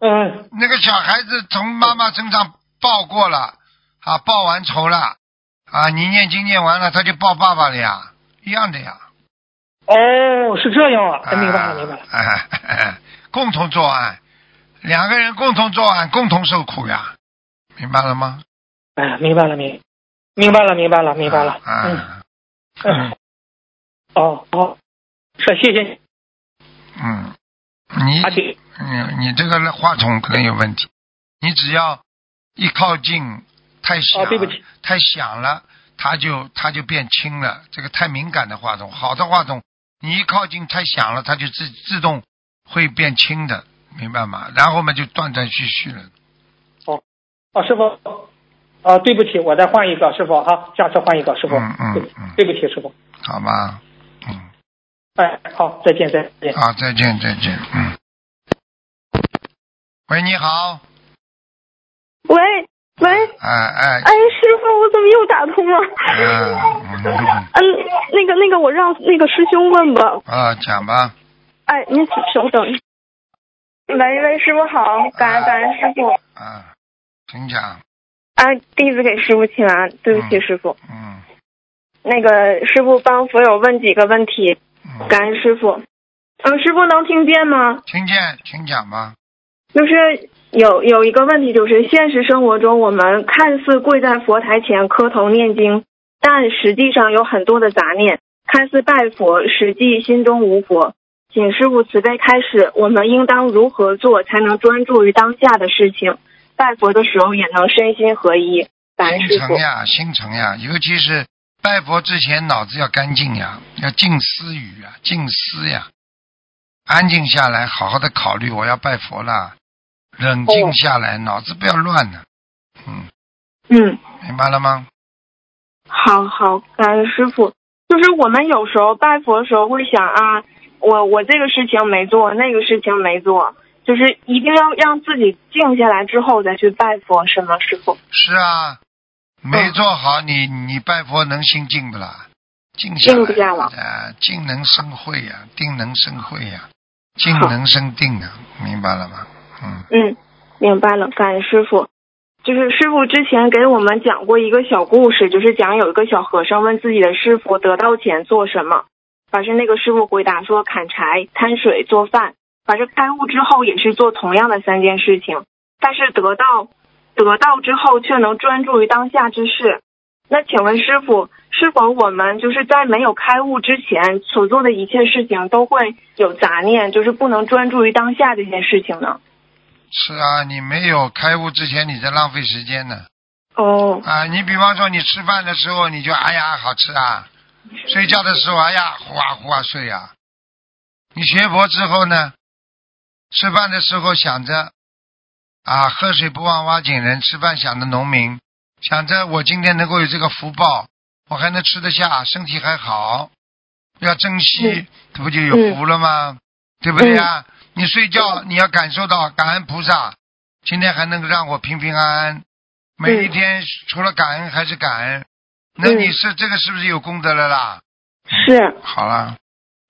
[SPEAKER 4] 嗯，
[SPEAKER 2] 那个小孩子从妈妈身上报过了啊，报完仇了啊，你念经念完了，他就报爸爸了呀，一样的呀。
[SPEAKER 4] 哦，是这样啊，哎
[SPEAKER 2] 啊
[SPEAKER 4] 明白了，明白了。
[SPEAKER 2] 哎， 共同作案，两个人共同作案，共同受苦呀，明白了吗？
[SPEAKER 4] 哎，明白了，明，明白了，明白了，明白了。
[SPEAKER 2] 啊
[SPEAKER 4] 嗯，嗯，哦，好，是，谢谢你，
[SPEAKER 2] 嗯，你
[SPEAKER 4] 而且，
[SPEAKER 2] 你你这个话筒可能有问题，你只要一靠近太响，
[SPEAKER 4] 哦，对不起，
[SPEAKER 2] 太响了，它就它就变轻了。这个太敏感的话筒，好的话筒，你一靠近太响了，它就自自动会变轻的，明白吗？然后嘛就断断续续了。
[SPEAKER 4] 哦，师傅，啊，对不起，我再换一个师傅哈，下次换一个师傅，
[SPEAKER 2] 嗯嗯
[SPEAKER 4] 对不起
[SPEAKER 2] 嗯
[SPEAKER 4] 对不起，师傅，
[SPEAKER 2] 好吧，嗯，
[SPEAKER 4] 哎，好，再见，再见。
[SPEAKER 2] 好，再见，再见，嗯。喂，你好，
[SPEAKER 5] 喂喂，
[SPEAKER 2] 哎哎，
[SPEAKER 5] 哎，师傅，我怎么又打通了？
[SPEAKER 2] 嗯嗯
[SPEAKER 5] 嗯，那个那个，我让那个师兄问吧。
[SPEAKER 2] 啊，讲吧，
[SPEAKER 5] 哎，您请稍等。
[SPEAKER 6] 喂喂，师傅好，感恩感恩师傅。
[SPEAKER 2] 啊，请讲，
[SPEAKER 6] 啊，弟子给师傅请安，对不起
[SPEAKER 2] 嗯
[SPEAKER 6] 师傅。
[SPEAKER 2] 嗯
[SPEAKER 6] 那个师傅帮佛友问几个问题，
[SPEAKER 2] 嗯，
[SPEAKER 6] 感恩师傅。嗯，师傅能听见吗？
[SPEAKER 2] 听见，请讲吧，
[SPEAKER 6] 就是有有一个问题，就是现实生活中我们看似跪在佛台前磕头念经，但实际上有很多的杂念，看似拜佛，实际心中无佛。请师傅慈悲开始，我们应当如何做才能专注于当下的事情？拜佛的时候也能身心合一。感恩
[SPEAKER 2] 心
[SPEAKER 6] 师傅
[SPEAKER 2] 诚。呀，心诚呀，尤其是啊拜佛之前，脑子要干净呀，要静思语呀，静思呀，安静下来，好好的考虑我要拜佛了，冷
[SPEAKER 6] 哦
[SPEAKER 2] 静下来，脑子不要乱了。嗯，
[SPEAKER 6] 嗯，
[SPEAKER 2] 明白了吗？
[SPEAKER 6] 好好，感恩师傅。就是我们有时候拜佛的时候会想啊，我我这个事情没做，那个事情没做，就是一定要让自己静下来之后再去拜佛，是吗，师傅？
[SPEAKER 2] 是啊，
[SPEAKER 6] 嗯
[SPEAKER 2] 没做好你你拜佛能心静不啦？静下来，
[SPEAKER 6] 静不下了
[SPEAKER 2] 呃，静能生慧呀、定能生慧呀、静
[SPEAKER 6] 好
[SPEAKER 2] 能生定啊，明白了吗？嗯，
[SPEAKER 6] 嗯，明白了，感恩师傅。就是师傅之前给我们讲过一个小故事，就是讲有一个小和尚问自己的师傅得到钱做什么，法师那个师傅回答说砍柴、摊水、做饭。法师开悟之后也是做同样的三件事情，但是得到得到之后却能专注于当下之事。那请问师傅，是否我们就是在没有开悟之前所做的一切事情都会有杂念，就是不能专注于当下这件事情呢？
[SPEAKER 2] 是啊，你没有开悟之前你在浪费时间呢。
[SPEAKER 6] 哦，
[SPEAKER 2] 啊，你比方说你吃饭的时候你就哎呀好吃啊，睡觉的时候哎呀呼啊呼啊睡啊。你学佛之后呢，吃饭的时候想着啊喝水不忘挖井人，吃饭想着农民，想着我今天能够有这个福报，我还能吃得下，身体还好，要珍惜，这不就有福了吗？对不对啊？你睡觉你要感受到感恩菩萨，今天还能让我平平安安，每一天除了感恩还是感恩，那你是这个是不是有功德了啦？
[SPEAKER 6] 是，
[SPEAKER 2] 好了，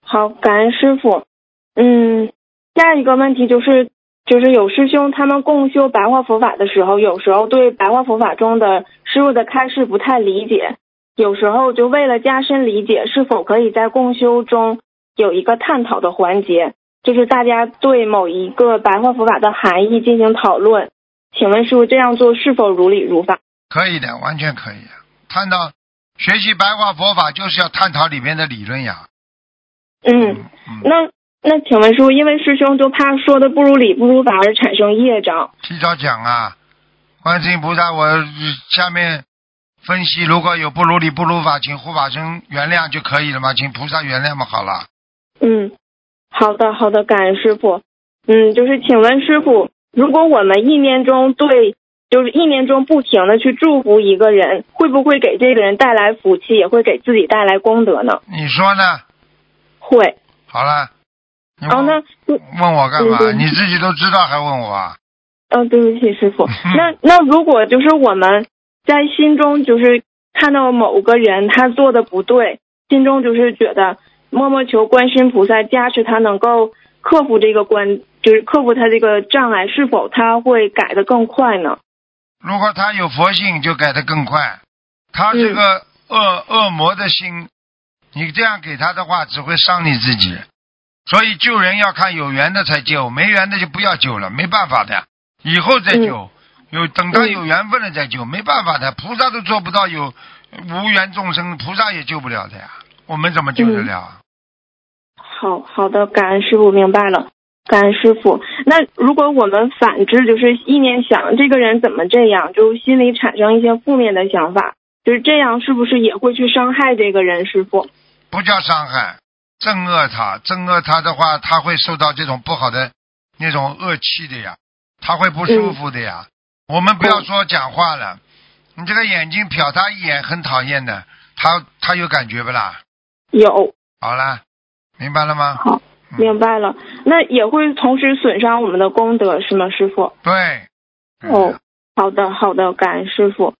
[SPEAKER 6] 好，感恩师傅。嗯，下一个问题就是，就是有师兄他们共修白话佛法的时候，有时候对白话佛法中的师傅的开示不太理解，有时候就为了加深理解，是否可以在共修中有一个探讨的环节，就是大家对某一个白话佛法的含义进行讨论？请问师傅这样做是否如理如法？
[SPEAKER 2] 可以的，完全可以的。探讨学习白话佛法就是要探讨里面的理论呀。
[SPEAKER 6] 嗯，
[SPEAKER 2] 嗯，
[SPEAKER 6] 那那请问师傅，因为师兄就怕说的不如理不如法而产生业障。
[SPEAKER 2] 提早讲啊，观世音菩萨，我呃下面分析，如果有不如理不如法，请护法神原谅就可以了嘛，请菩萨原谅嘛，好了。
[SPEAKER 6] 嗯，好的好的，感恩师傅。嗯，就是请问师傅，如果我们意念中对，就是意念中不停的去祝福一个人，会不会给这个人带来福气，也会给自己带来功德呢？
[SPEAKER 2] 你说呢？
[SPEAKER 6] 会。
[SPEAKER 2] 好了，你
[SPEAKER 6] 哦，
[SPEAKER 2] 问、
[SPEAKER 6] 那嗯、
[SPEAKER 2] 问我干嘛？
[SPEAKER 6] 嗯
[SPEAKER 2] 你自己都知道还问我啊？
[SPEAKER 6] 哦，对不起，师傅。那那如果就是我们在心中就是看到某个人他做的不对，心中就是觉得默默求观世音菩萨加持他能够克服这个关，就是克服他这个障碍，是否他会改得更快呢？
[SPEAKER 2] 如果他有佛性，就改得更快。他这个恶、恶魔的心，你这样给他的话，只会伤你自己。所以救人要看有缘的才救，没缘的就不要救了，没办法的，以后再救。有等到有缘分了再救，没办法的，菩萨都做不到有无缘众生，菩萨也救不了的呀。我们怎么救得了啊？
[SPEAKER 6] 好好的，感恩师傅明白了，感恩师傅。那如果我们反之，就是意念想这个人怎么这样，就心里产生一些负面的想法，就是这样，是不是也会去伤害这个人？师傅，
[SPEAKER 2] 不叫伤害，憎恶他，憎恶他的话，他会受到这种不好的那种恶气的呀，他会不舒服的呀。我们不要说讲话了，你这个眼睛瞟他一眼，很讨厌的，他他有感觉不啦？
[SPEAKER 6] 有，
[SPEAKER 2] 好啦，明白了吗？
[SPEAKER 6] 好，
[SPEAKER 2] 嗯
[SPEAKER 6] 明白了。那也会同时损伤我们的功德，是吗，师傅？
[SPEAKER 2] 对。嗯
[SPEAKER 6] 哦，好的，好的，感恩师傅，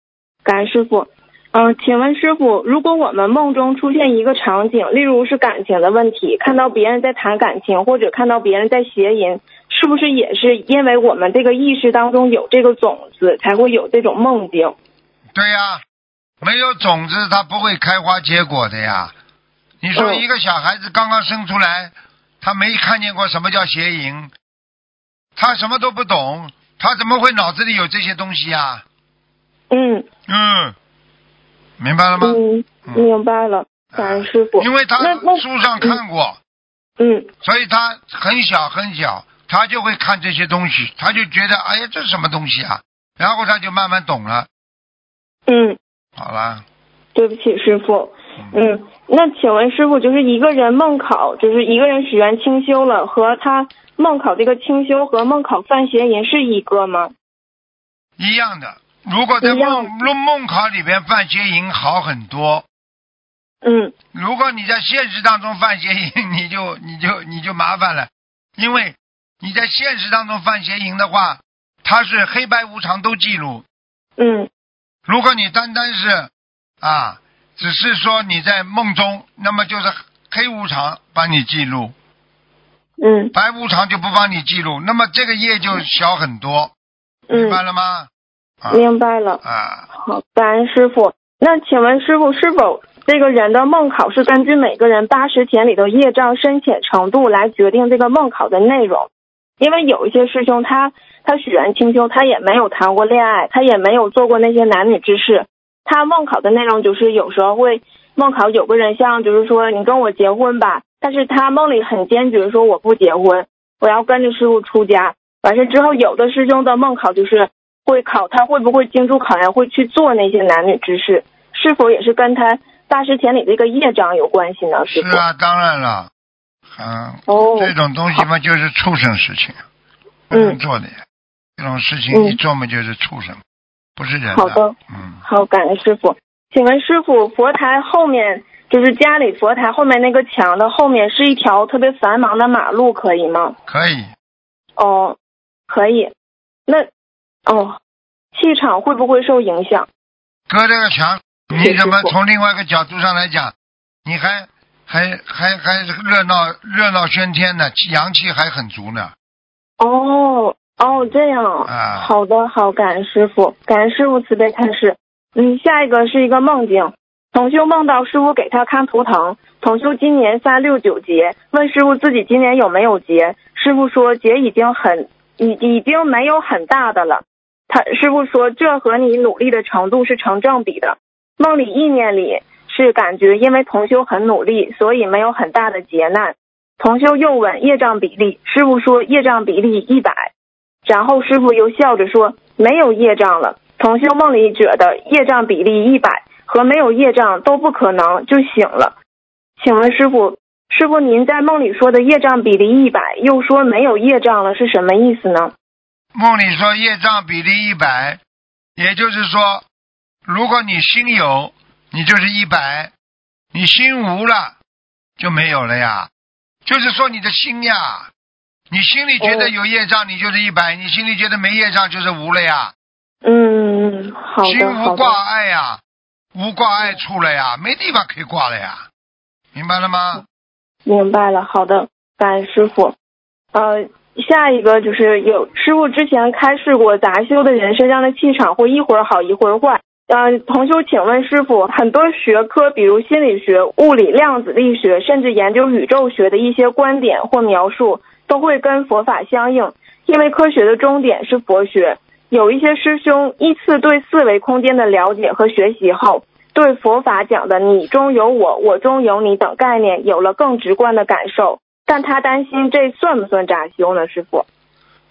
[SPEAKER 6] 感恩师傅。嗯，请问师傅，如果我们梦中出现一个场景，例如是感情的问题，看到别人在谈感情，或者看到别人在邪淫，是不是也是因为我们这个意识当中有这个种子，才会有这种梦境？
[SPEAKER 2] 对呀、没有种子，它不会开花结果的呀。你说
[SPEAKER 6] 嗯
[SPEAKER 2] 一个小孩子刚刚生出来，他没看见过什么叫邪淫，他什么都不懂，他怎么会脑子里有这些东西呀？
[SPEAKER 6] 嗯
[SPEAKER 2] 嗯，明白了吗？
[SPEAKER 6] 嗯，明白了，感恩师傅。
[SPEAKER 2] 因为他
[SPEAKER 6] 那那
[SPEAKER 2] 书上看过，
[SPEAKER 6] 嗯
[SPEAKER 2] 所以他很小很小，他就会看这些东西，他就觉得哎呀，这是什么东西啊？然后他就慢慢懂了。
[SPEAKER 6] 嗯，
[SPEAKER 2] 好了，
[SPEAKER 6] 对不起，师傅。嗯，那请问师傅，就是一个人梦考，就是一个人许愿清修了，和他梦考这个清修和梦考犯邪淫是一个吗？
[SPEAKER 2] 一样的。如果在
[SPEAKER 6] 一样
[SPEAKER 2] 梦梦梦考里边犯邪淫好很多，
[SPEAKER 6] 嗯
[SPEAKER 2] 如果你在现实当中犯邪淫， 你就你就你就麻烦了，因为你在现实当中犯邪淫的话，它是黑白无常都记录。
[SPEAKER 6] 嗯
[SPEAKER 2] 如果你单单是啊，只是说你在梦中，那么就是黑无常帮你记录，
[SPEAKER 6] 嗯
[SPEAKER 2] 白无常就不帮你记录，那么这个业就小很多，明白
[SPEAKER 6] 嗯，
[SPEAKER 2] 了吗？啊
[SPEAKER 6] 明白了。
[SPEAKER 2] 啊，
[SPEAKER 6] 好，感恩师傅。那请问师傅，是否这个人的梦考是根据每个人八十天里的业障深浅程度来决定这个梦考的内容？因为有一些师兄他他许愿清修，他也没有谈过恋爱，他也没有做过那些男女之事，他梦考的内容就是有时候会梦考有个人像就是说你跟我结婚吧，但是他梦里很坚决说我不结婚，我要跟着师傅出家。完事之后，有的师兄的梦考就是会考他会不会经住考验，会去做那些男女之事，是否也是跟他八十田里这个业障有关系呢？
[SPEAKER 2] 是
[SPEAKER 6] 师傅，
[SPEAKER 2] 啊，当然了，嗯，
[SPEAKER 6] 哦，
[SPEAKER 2] 这种东西嘛就是畜生事情，啊不能做的，这种事情
[SPEAKER 6] 嗯
[SPEAKER 2] 一做嘛就是畜生，不是人
[SPEAKER 6] 好的，
[SPEAKER 2] 嗯，
[SPEAKER 6] 好，感恩师傅。请问师傅，佛台后面就是家里佛台后面那个墙的后面是一条特别繁忙的马路，可以吗？
[SPEAKER 2] 可以，
[SPEAKER 6] 哦，可以。那哦，气场会不会受影响？
[SPEAKER 2] 隔这个墙，
[SPEAKER 6] 谢
[SPEAKER 2] 你
[SPEAKER 6] 谢
[SPEAKER 2] 怎么
[SPEAKER 6] 师傅
[SPEAKER 2] 从另外一个角度上来讲，你还还还还热闹热闹喧天呢，阳气还很足呢。
[SPEAKER 6] 哦哦，这样
[SPEAKER 2] 啊
[SPEAKER 6] 好的，好，感恩师傅，感恩师傅慈悲开示。嗯，下一个是一个梦境，同修梦到师傅给他看图腾，同修今年三六九劫，问师傅自己今年有没有劫，师傅说劫已经很已已经没有很大的了。他师傅说这和你努力的程度是成正比的。梦里意念里是感觉因为同修很努力，所以没有很大的劫难。同修又问业障比例，师傅说业障比例一百，然后师傅又笑着说没有业障了。同修梦里觉得业障比例一百和没有业障都不可能，就醒了。请问师傅，师傅您在梦里说的业障比例一百，又说没有业障了，是什么意思呢？
[SPEAKER 2] 梦里说业障比例一百，也就是说，如果你心有，你就是一百；你心无了，就没有了呀。就是说你的心呀，你心里觉
[SPEAKER 6] 哦
[SPEAKER 2] 得有业障，你就是一百；你心里觉得没业障，就是无了呀。
[SPEAKER 6] 嗯，好
[SPEAKER 2] 心
[SPEAKER 6] 的，好
[SPEAKER 2] 无
[SPEAKER 6] 的，
[SPEAKER 2] 挂碍呀，无挂碍处了呀，没地方可以挂了呀，明白了
[SPEAKER 6] 嗯
[SPEAKER 2] 吗？
[SPEAKER 6] 明白了，好的，感恩师傅。呃，下一个就是有师傅之前开示过，杂修的人身上的气场会一会儿好一会儿坏。呃，同修，请问师傅，很多学科，比如心理学、物理、量子力学，甚至研究宇宙学的一些观点或描述，都会跟佛法相应，因为科学的终点是佛学。有一些师兄依次对四维空间的了解和学习后，对佛法讲的“你中有我，我中有你”等概念有了更直观的感受，但他担心这算不算扎修呢？师傅，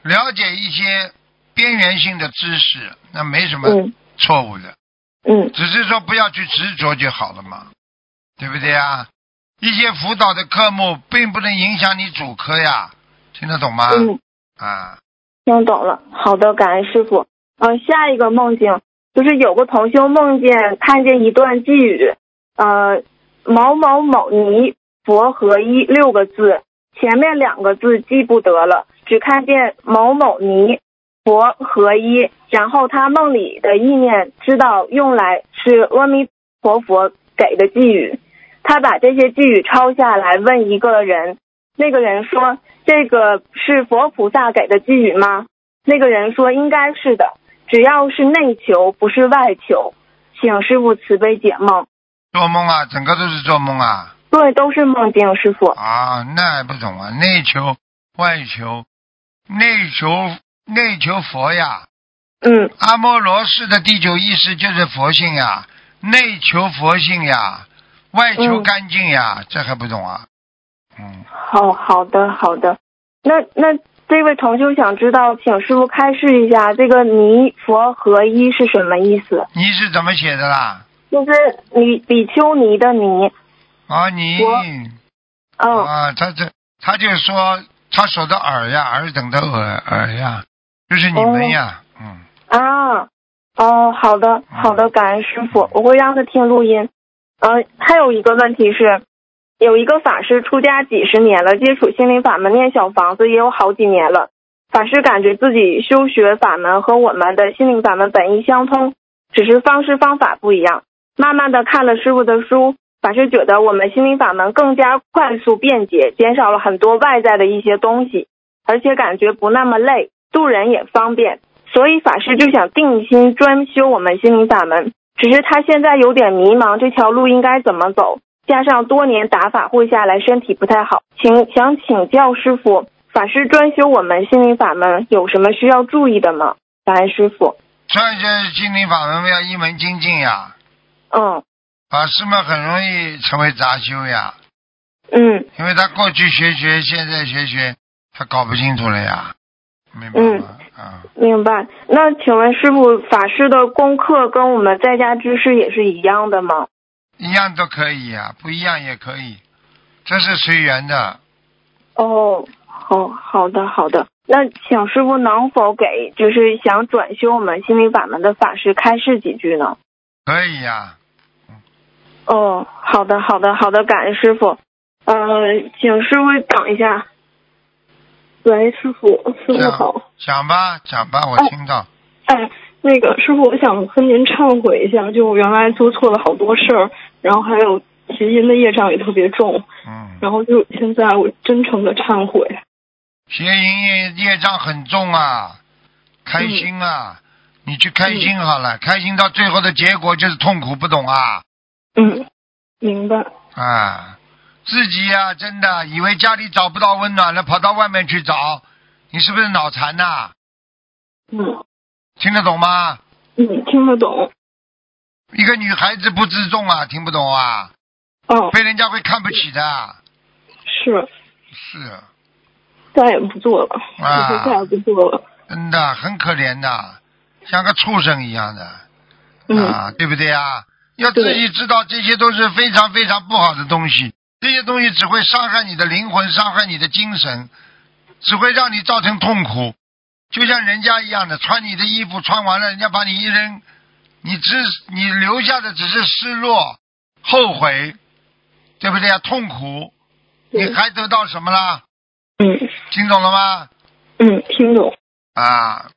[SPEAKER 2] 了解一些边缘性的知识，那没什么
[SPEAKER 6] 嗯
[SPEAKER 2] 错误的。
[SPEAKER 6] 嗯
[SPEAKER 2] 只是说不要去执着就好了嘛，对不对啊？一些辅导的科目并不能影响你主科呀，听得懂吗？
[SPEAKER 6] 嗯，
[SPEAKER 2] 啊，
[SPEAKER 6] 听懂了。好的，感恩师傅。呃，下一个梦境就是有个同修梦见看见一段寄语，呃，某某某尼佛合一六个字，前面两个字记不得了，只看见某某尼佛合一，然后他梦里的意念知道用来是阿弥陀佛给的寄语，他把这些寄语抄下来问一个人，那个人说这个是佛菩萨给的寄语吗？那个人说应该是的，只要是内求不是外求，请师傅慈悲解梦。
[SPEAKER 2] 做梦啊，整个都是做梦啊，
[SPEAKER 6] 对，都是梦境，师傅。
[SPEAKER 2] 啊，那还不懂啊？内求、外求，内求、内求佛呀，
[SPEAKER 6] 嗯
[SPEAKER 2] 阿摩罗式的第九意识就是佛性呀，内求佛性呀，外求
[SPEAKER 6] 嗯
[SPEAKER 2] 干净呀，这还不懂啊？嗯，
[SPEAKER 6] 好好的好的，那那这位同修想知道，请师傅开示一下这个“尼佛合一”是什么意思？
[SPEAKER 2] 你是怎么写的啦？
[SPEAKER 6] 就是比比丘尼的尼，
[SPEAKER 2] 啊你
[SPEAKER 6] 我嗯、
[SPEAKER 2] 啊，他这他就说他手的耳呀，尔等的耳耳呀，就是你们呀，嗯，
[SPEAKER 6] 啊，哦，好的，好的，感恩师傅，我会让他听录音。呃，还有一个问题是，有一个法师出家几十年了，接触心灵法门、念小房子也有好几年了。法师感觉自己修学法门和我们的心灵法门本意相通，只是方式方法不一样。慢慢的看了师傅的书，法师觉得我们心灵法门更加快速便捷，减少了很多外在的一些东西，而且感觉不那么累，渡人也方便。所以法师就想定心专修我们心灵法门，只是他现在有点迷茫，这条路应该怎么走？加上多年打法会下来，身体不太好，请想请教师傅，法师专修我们心灵法门有什么需要注意的吗？感恩师傅。
[SPEAKER 2] 这些心灵法门要一门精进呀，
[SPEAKER 6] 嗯
[SPEAKER 2] 法师们很容易成为杂修呀，
[SPEAKER 6] 嗯
[SPEAKER 2] 因为他过去学学，现在学学，他搞不清楚了呀，明白吗？啊，
[SPEAKER 6] 明白。那请问师傅，法师的功课跟我们在家知识也是一样的吗？
[SPEAKER 2] 一样都可以呀，不一样也可以，这是随缘的。
[SPEAKER 6] 哦，好好的好的。那请师傅能否给就是想转修我们心灵法门的法师开示几句呢？
[SPEAKER 2] 可以呀、
[SPEAKER 6] 哦，好的好的好的，感恩师傅。呃，请师傅等一下。
[SPEAKER 5] 喂，师傅，师傅好。
[SPEAKER 2] 讲吧，讲吧，我
[SPEAKER 5] 哎
[SPEAKER 2] 听到。
[SPEAKER 5] 哎，那个师傅，我想跟您忏悔一下，就我原来做错了好多事儿，然后还有邪淫的业障也特别重，
[SPEAKER 2] 嗯，
[SPEAKER 5] 然后就现在我真诚的忏悔。
[SPEAKER 2] 邪淫业业障很重啊，开心啊，你去开心好了，开心到最后的结果就是痛苦，不懂啊
[SPEAKER 5] 嗯，明白。
[SPEAKER 2] 啊，自己呀、真的以为家里找不到温暖了，跑到外面去找，你是不是脑残呐、啊
[SPEAKER 5] 嗯
[SPEAKER 2] 听得懂吗？
[SPEAKER 5] 嗯，听得懂。
[SPEAKER 2] 一个女孩子不自重啊，听不懂啊，
[SPEAKER 5] 哦，
[SPEAKER 2] 被人家会看不起的，
[SPEAKER 5] 是，
[SPEAKER 2] 是
[SPEAKER 5] 再也不做了，以
[SPEAKER 2] 啊
[SPEAKER 5] 后再也不做了。
[SPEAKER 2] 真的很可怜的，像个畜生一样的。
[SPEAKER 5] 嗯，
[SPEAKER 2] 啊，对不对啊？要自己知道这些都是非常非常不好的东西，这些东西只会伤害你的灵魂，伤害你的精神，只会让你造成痛苦。就像人家一样的，穿你的衣服穿完了，人家把你一扔，你只你留下的只是失落、后悔，对不对啊？痛苦，你
[SPEAKER 5] 对，
[SPEAKER 2] 还得到什么啦？
[SPEAKER 5] 嗯
[SPEAKER 2] 听懂了吗？
[SPEAKER 5] 嗯，听懂。
[SPEAKER 2] 啊，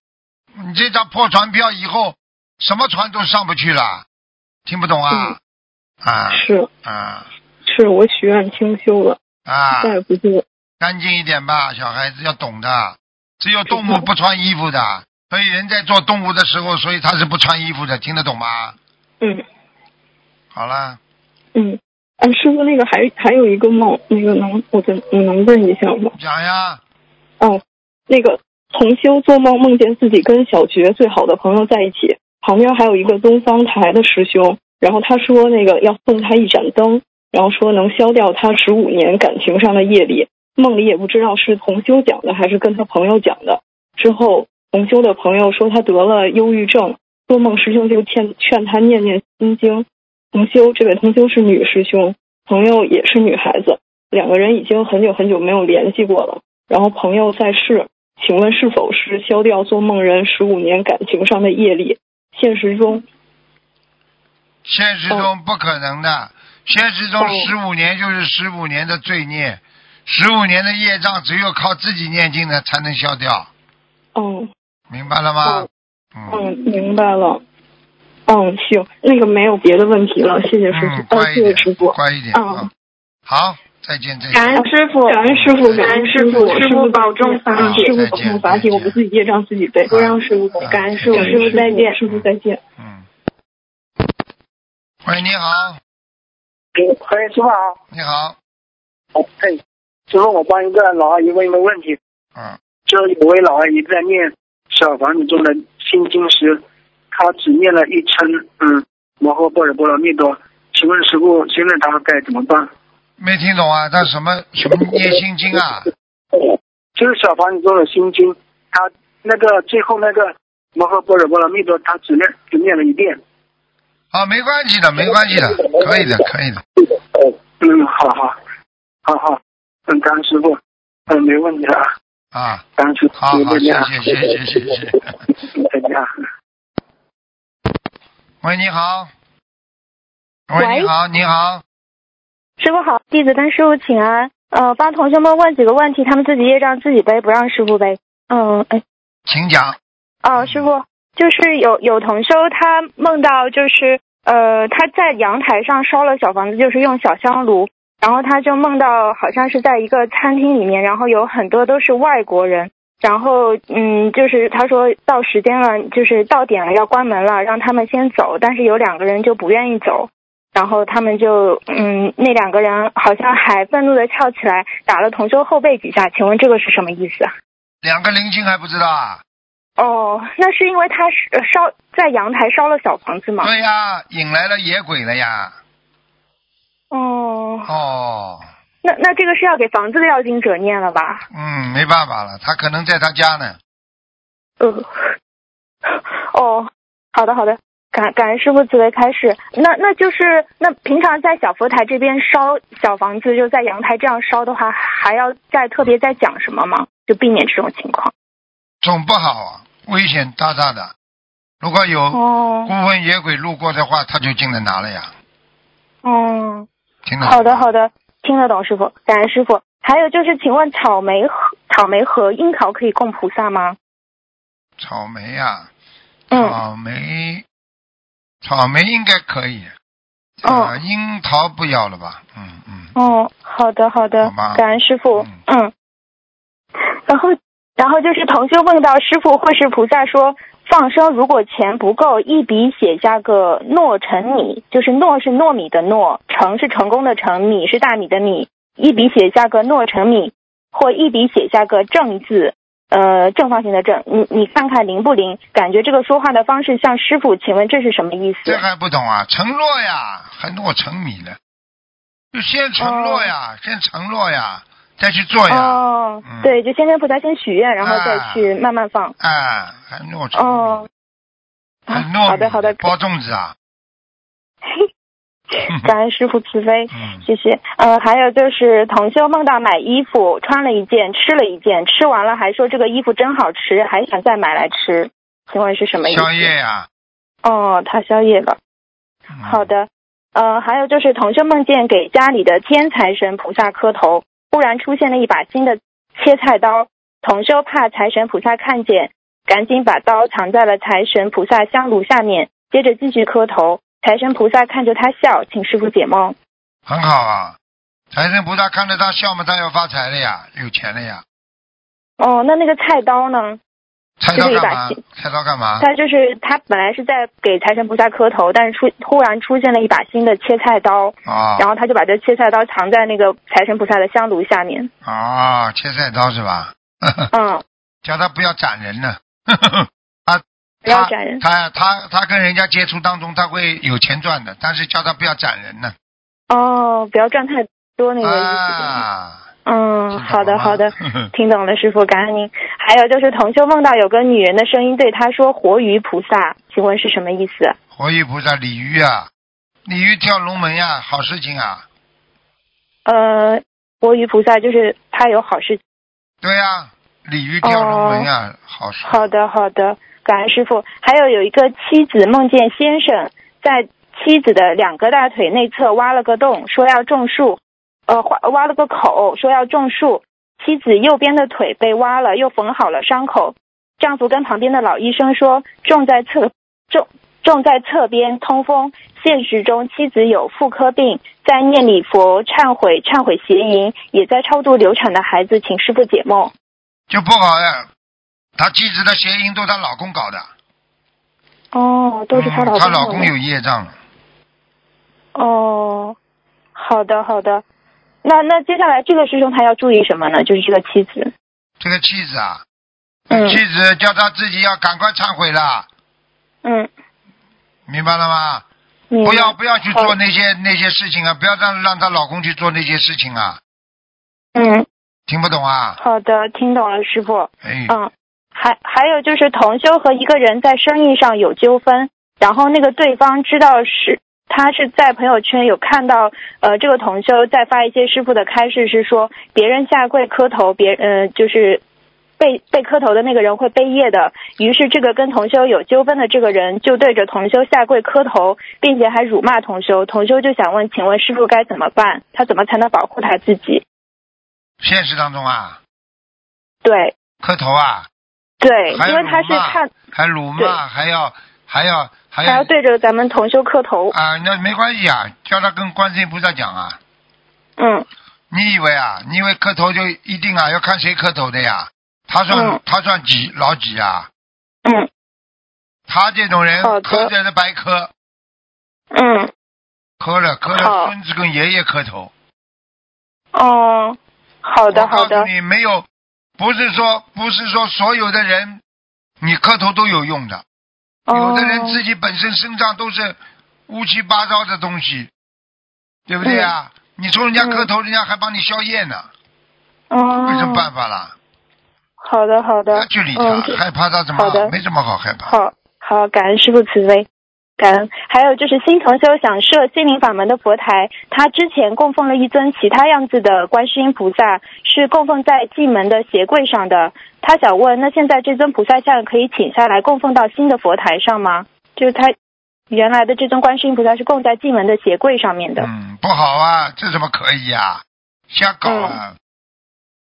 [SPEAKER 2] 你这张破船票以后什么船都上不去了，听不懂啊？
[SPEAKER 5] 嗯
[SPEAKER 2] 啊
[SPEAKER 5] 是
[SPEAKER 2] 啊
[SPEAKER 5] 是，我许愿清修了，
[SPEAKER 2] 啊！
[SPEAKER 5] 再也不做。
[SPEAKER 2] 干净一点吧，小孩子要懂的。只有动
[SPEAKER 5] 知
[SPEAKER 2] 物
[SPEAKER 5] 道
[SPEAKER 2] 不穿衣服的，所以人在做动物的时候，所以他是不穿衣服的，听得懂吗？
[SPEAKER 5] 嗯
[SPEAKER 2] 好了，
[SPEAKER 5] 嗯。哎，师傅，那个还还有一个梦，那个能我跟你能问一下吗？
[SPEAKER 2] 讲呀，
[SPEAKER 5] 哦，那个同修做梦梦见自己跟小学最好的朋友在一起，旁边还有一个东方台的师兄，然后他说那个要送他一盏灯，然后说能消掉他十五年感情上的业力。梦里也不知道是同修讲的还是跟他朋友讲的。之后同修的朋友说他得了忧郁症，做梦师兄就劝劝他念念心经。同修这位同修是女师兄，朋友也是女孩子，两个人已经很久很久没有联系过了。然后朋友在世，请问是否是消掉做梦人十五年感情上的业力？现实中，
[SPEAKER 2] 现实中不可能的，现实中
[SPEAKER 5] 哦
[SPEAKER 2] 十五年就是十五年的罪孽，十五年的业障，只有靠自己念经呢才能消掉，
[SPEAKER 5] 嗯
[SPEAKER 2] 明白了吗
[SPEAKER 5] 哦？嗯，明白了。嗯，行，那个没有别的问题了，谢谢师
[SPEAKER 2] 嗯，
[SPEAKER 5] 傅，哦，
[SPEAKER 2] 乖一
[SPEAKER 5] 谢谢师
[SPEAKER 2] 点，
[SPEAKER 5] 傅，
[SPEAKER 2] 乖一点
[SPEAKER 5] 嗯
[SPEAKER 2] 啊！好，再见，再见。
[SPEAKER 6] 感恩师傅，
[SPEAKER 5] 感恩师傅，
[SPEAKER 2] 感
[SPEAKER 6] 恩师傅
[SPEAKER 5] 师
[SPEAKER 6] 师
[SPEAKER 5] 傅
[SPEAKER 6] 傅保重法
[SPEAKER 2] 体
[SPEAKER 5] 师傅保重法体，我们自己业障自己背，
[SPEAKER 2] 不让
[SPEAKER 5] 师傅
[SPEAKER 2] 背
[SPEAKER 6] 感恩师傅，
[SPEAKER 5] 师
[SPEAKER 6] 师
[SPEAKER 5] 傅
[SPEAKER 6] 傅再见。
[SPEAKER 5] 师傅再见。
[SPEAKER 2] 嗯。喂，你好，
[SPEAKER 3] 喂，师傅好。
[SPEAKER 2] 你好，
[SPEAKER 3] 哎，师傅，我帮一个老阿姨问一个问题，
[SPEAKER 2] 嗯，
[SPEAKER 3] 就有位老阿姨在念小房子中的心经时，她只念了一称，嗯，摩诃般若波罗蜜多。请问师傅，现在她该怎么办？
[SPEAKER 2] 没听懂啊？他什么什么念心经 啊？
[SPEAKER 3] 就是小房子中的心经，她那个最后那个摩诃般若波罗蜜多，她只念只念了一遍，
[SPEAKER 2] 啊，没关系的，没关系的，可以的，可以的。
[SPEAKER 7] 嗯，好好，好好，嗯，感恩师傅，嗯，没问题了，啊，
[SPEAKER 2] 啊，
[SPEAKER 3] 嗯
[SPEAKER 7] 感恩师傅，
[SPEAKER 2] 好好，
[SPEAKER 7] 再
[SPEAKER 2] 谢
[SPEAKER 7] 见啊，
[SPEAKER 2] 谢谢谢谢谢谢。
[SPEAKER 7] 再见啊。
[SPEAKER 2] 喂，你好。喂，你好，你好。
[SPEAKER 6] 师傅好，弟子跟师傅请安。呃，帮同学们问几个问题，他们自己业障自己背，不让师傅背。嗯，哎，
[SPEAKER 2] 请讲。
[SPEAKER 6] 哦，师傅，就是有有同修他梦到就是呃他在阳台上烧了小房子，就是用小香炉，然后他就梦到好像是在一个餐厅里面，然后有很多都是外国人，然后嗯就是他说到时间了，就是到点了要关门了，让他们先走，但是有两个人就不愿意走。然后他们就，嗯，那两个人好像还愤怒的跳起来，打了同修后背几下。请问这个是什么意思啊？
[SPEAKER 2] 两个灵性还不知道啊？
[SPEAKER 6] 哦，那是因为他是呃烧在阳台烧了小房子吗？
[SPEAKER 2] 对呀，引来了野鬼了呀。
[SPEAKER 6] 哦，
[SPEAKER 2] 哦，
[SPEAKER 6] 那那这个是要给房子的要经者念了吧？
[SPEAKER 2] 嗯，没办法了，他可能在他家呢。
[SPEAKER 6] 呃，哦，好的好的，感感恩师傅慈悲开示。那那就是那平常在小佛台这边烧小房子，就在阳台这样烧的话，还要再特别再讲什么吗？就避免这种情况。
[SPEAKER 2] 总不好啊，危险大大的。如果有
[SPEAKER 6] 哦
[SPEAKER 2] 孤魂野鬼路过的话，他就进来拿了呀。
[SPEAKER 6] 哦。
[SPEAKER 2] 听得
[SPEAKER 6] 好的，好的，听得懂师傅，感恩师傅。还有就是，请问草莓和草莓和樱桃可以供菩萨吗？
[SPEAKER 2] 草莓呀、
[SPEAKER 6] 嗯，
[SPEAKER 2] 草莓，草莓应该可以。
[SPEAKER 6] 哦
[SPEAKER 2] 呃樱桃不要了吧？嗯嗯。
[SPEAKER 6] 哦，好的，好的
[SPEAKER 2] 好吧，
[SPEAKER 6] 感恩师傅
[SPEAKER 2] 嗯，
[SPEAKER 6] 嗯。然后，然后就是同修问到师傅或是菩萨说，放生如果钱不够，一笔写下个糯成米，就是糯是糯米的糯，成是成功的成，米是大米的米，一笔写下个糯成米，或一笔写下个正字，呃，正方形的正，你你看看灵不灵？感觉这个说话的方式像师傅，请问这是什么意思
[SPEAKER 2] 这？还不懂啊？承诺呀，还诺成米呢，就先承诺呀，先承诺呀，再去做呀。
[SPEAKER 6] 哦
[SPEAKER 2] 嗯，
[SPEAKER 6] 对，就先跟菩萨先许愿，然后再
[SPEAKER 2] 啊
[SPEAKER 6] 去慢慢放。
[SPEAKER 2] 哎，还诺成米，
[SPEAKER 6] 哦，
[SPEAKER 2] 还
[SPEAKER 6] 啊
[SPEAKER 2] 糯米
[SPEAKER 6] 好的好的，
[SPEAKER 2] 包粽子啊。
[SPEAKER 6] 感恩师傅慈悲。
[SPEAKER 2] 嗯，
[SPEAKER 6] 谢谢。呃，还有就是同修梦到买衣服，穿了一件，吃了一件，吃完了还说这个衣服真好吃，还想再买来吃，请问是什么意思？
[SPEAKER 2] 宵夜呀。
[SPEAKER 6] 哦，他宵夜了。
[SPEAKER 2] 嗯
[SPEAKER 6] 好。的，呃，还有就是同修梦见给家里的天财神菩萨磕头，忽然出现了一把新的切菜刀，同修怕财神菩萨看见，赶紧把刀藏在了财神菩萨香炉下面，接着继续磕头。财神菩萨看着他笑，请师傅解梦。
[SPEAKER 2] 很好啊，财神菩萨看着他笑嘛，他要发财了呀，有钱了呀。
[SPEAKER 6] 哦，那那个菜刀呢？
[SPEAKER 2] 菜刀
[SPEAKER 6] 这是一
[SPEAKER 2] 干
[SPEAKER 6] 把
[SPEAKER 2] 嘛
[SPEAKER 6] 新？
[SPEAKER 2] 菜刀干嘛？
[SPEAKER 6] 他就是他本来是在给财神菩萨磕头，但是出忽然出现了一把新的切菜刀，
[SPEAKER 2] 啊
[SPEAKER 6] 然后他就把这切菜刀藏在那个财神菩萨的香炉下面。
[SPEAKER 2] 啊，切菜刀是吧？
[SPEAKER 6] 嗯，
[SPEAKER 2] 叫他不要斩人呢。 他
[SPEAKER 6] 不要
[SPEAKER 2] 他
[SPEAKER 6] 斩人
[SPEAKER 2] 他他他跟人家接触当中，他会有钱赚的，但是叫他不要斩人呢。
[SPEAKER 6] 哦，不要赚太多那个意思。
[SPEAKER 2] 啊，
[SPEAKER 6] 嗯，好的好的，
[SPEAKER 2] 听懂了吗
[SPEAKER 6] 听懂了，师傅，感恩您。还有就是同修梦到有个女人的声音对他说“活鱼菩萨”，请问是什么意思？
[SPEAKER 2] 活鱼菩萨，鲤鱼啊，鲤鱼跳龙门呀、好事情啊。
[SPEAKER 6] 呃，活鱼菩萨就是他有好事
[SPEAKER 2] 对呀、鲤鱼跳龙门呀、好事。
[SPEAKER 6] 哦好的，好的，感恩师傅。还有有一个妻子梦见先生在妻子的两个大腿内侧挖了个洞，说要种树，呃，挖挖了个口，说要种树。妻子右边的腿被挖了，又缝好了伤口。丈夫跟旁边的老医生说，种在侧种种在侧边通风。现实中，妻子有妇科病，在念礼佛、忏悔、忏悔邪淫，也在超度流产的孩子，请师傅解梦。
[SPEAKER 2] 就不好呀。她妻子的谐音都她老公搞的，
[SPEAKER 6] 哦，都是她老公、
[SPEAKER 2] 嗯她老公有业障了。
[SPEAKER 6] 哦，好的好的，那那接下来这个师兄他要注意什么呢？就是这个妻子，
[SPEAKER 2] 这个妻子啊，
[SPEAKER 6] 嗯
[SPEAKER 2] 妻子叫他自己要赶快忏悔了，
[SPEAKER 6] 嗯，
[SPEAKER 2] 明白了吗？
[SPEAKER 6] 明白
[SPEAKER 2] 不要不要去做
[SPEAKER 6] 嗯好
[SPEAKER 2] 那些那些事情啊，不要让让她老公去做那些事情啊，
[SPEAKER 6] 嗯，
[SPEAKER 2] 听不懂啊？
[SPEAKER 6] 好的，听懂了，师傅，
[SPEAKER 2] 哎，
[SPEAKER 6] 嗯，还还有就是同修和一个人在生意上有纠纷，然后那个对方知道是他是在朋友圈有看到，呃，这个同修在发一些师傅的开示，是说别人下跪磕头，别呃就是被被磕头的那个人会背业的。于是这个跟同修有纠纷的这个人就对着同修下跪磕头，并且还辱骂同修。同修就想问，请问师傅该怎么办？他怎么才能保护他自己？
[SPEAKER 2] 现实当中啊，
[SPEAKER 6] 对
[SPEAKER 2] 磕头啊，
[SPEAKER 6] 对，
[SPEAKER 2] 还
[SPEAKER 6] 因
[SPEAKER 2] 要
[SPEAKER 6] 为
[SPEAKER 2] 辱
[SPEAKER 6] 他是
[SPEAKER 2] 骂
[SPEAKER 6] 看，
[SPEAKER 2] 还辱骂，还要还要还
[SPEAKER 6] 还
[SPEAKER 2] 要
[SPEAKER 6] 要对着咱们同修磕头，
[SPEAKER 2] 啊，那没关系啊，叫他跟观世音菩萨讲啊。
[SPEAKER 6] 嗯
[SPEAKER 2] 你以为啊？你以为磕头就一定啊？要看谁磕头的呀？他算、
[SPEAKER 6] 嗯
[SPEAKER 2] 他算几老几啊？
[SPEAKER 6] 嗯
[SPEAKER 2] 他这种人
[SPEAKER 6] 好的
[SPEAKER 2] 磕着是白磕，
[SPEAKER 6] 嗯，
[SPEAKER 2] 磕了磕了
[SPEAKER 6] 好
[SPEAKER 2] 孙子跟爷爷磕头。
[SPEAKER 6] 哦，好的好
[SPEAKER 2] 我告
[SPEAKER 6] 的
[SPEAKER 2] 诉，你，没有，不是说不是说所有的人，你磕头都有用的。有
[SPEAKER 6] 哦
[SPEAKER 2] 的人自己本身身上都是乌七八糟的东西，对不对啊？
[SPEAKER 6] 嗯
[SPEAKER 2] 你冲人家磕头，人家还帮你消业呢，
[SPEAKER 6] 哦，
[SPEAKER 2] 有什么办法啦？
[SPEAKER 6] 好的好
[SPEAKER 2] 不要
[SPEAKER 6] 的，
[SPEAKER 2] 去理他
[SPEAKER 6] 嗯，这，
[SPEAKER 2] 害怕他怎
[SPEAKER 6] 好
[SPEAKER 2] 么？
[SPEAKER 6] 的
[SPEAKER 2] 没什么好害怕。
[SPEAKER 6] 好好，感恩师傅慈悲。感恩，还有就是新同修想设心灵法门的佛台，他之前供奉了一尊其他样子的观世音菩萨，是供奉在进门的鞋柜上的。他想问，那现在这尊菩萨像可以请下来供奉到新的佛台上吗？就是他原来的这尊观世音菩萨是供在进门的鞋柜上面的。
[SPEAKER 2] 嗯，不好啊，这怎么可以呀、瞎搞啊！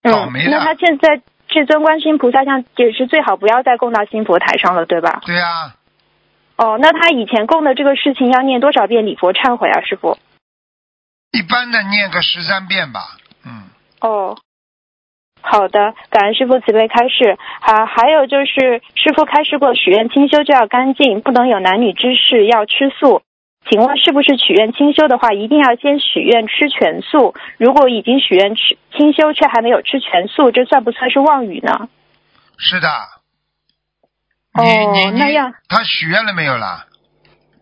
[SPEAKER 2] 倒
[SPEAKER 6] 嗯
[SPEAKER 2] 霉，了
[SPEAKER 6] 那他现在这尊观世音菩萨像也是最好不要再供到新佛台上了，对吧？
[SPEAKER 2] 对啊，
[SPEAKER 6] 哦，那他以前供的这个事情要念多少遍礼佛忏悔啊，师傅？
[SPEAKER 2] 一般的念个十三遍吧。嗯，
[SPEAKER 6] 哦，好的，感恩师傅慈悲开示。啊，还有就是师傅开示过，许愿清修就要干净，不能有男女之事，要吃素。请问是不是许愿清修的话，一定要先许愿吃全素？如果已经许愿吃清修却还没有吃全素，这算不算是妄语呢？
[SPEAKER 2] 是的。
[SPEAKER 6] 哦
[SPEAKER 2] 你你
[SPEAKER 6] 那
[SPEAKER 2] 你
[SPEAKER 6] 样，
[SPEAKER 2] 他许愿了没有啦？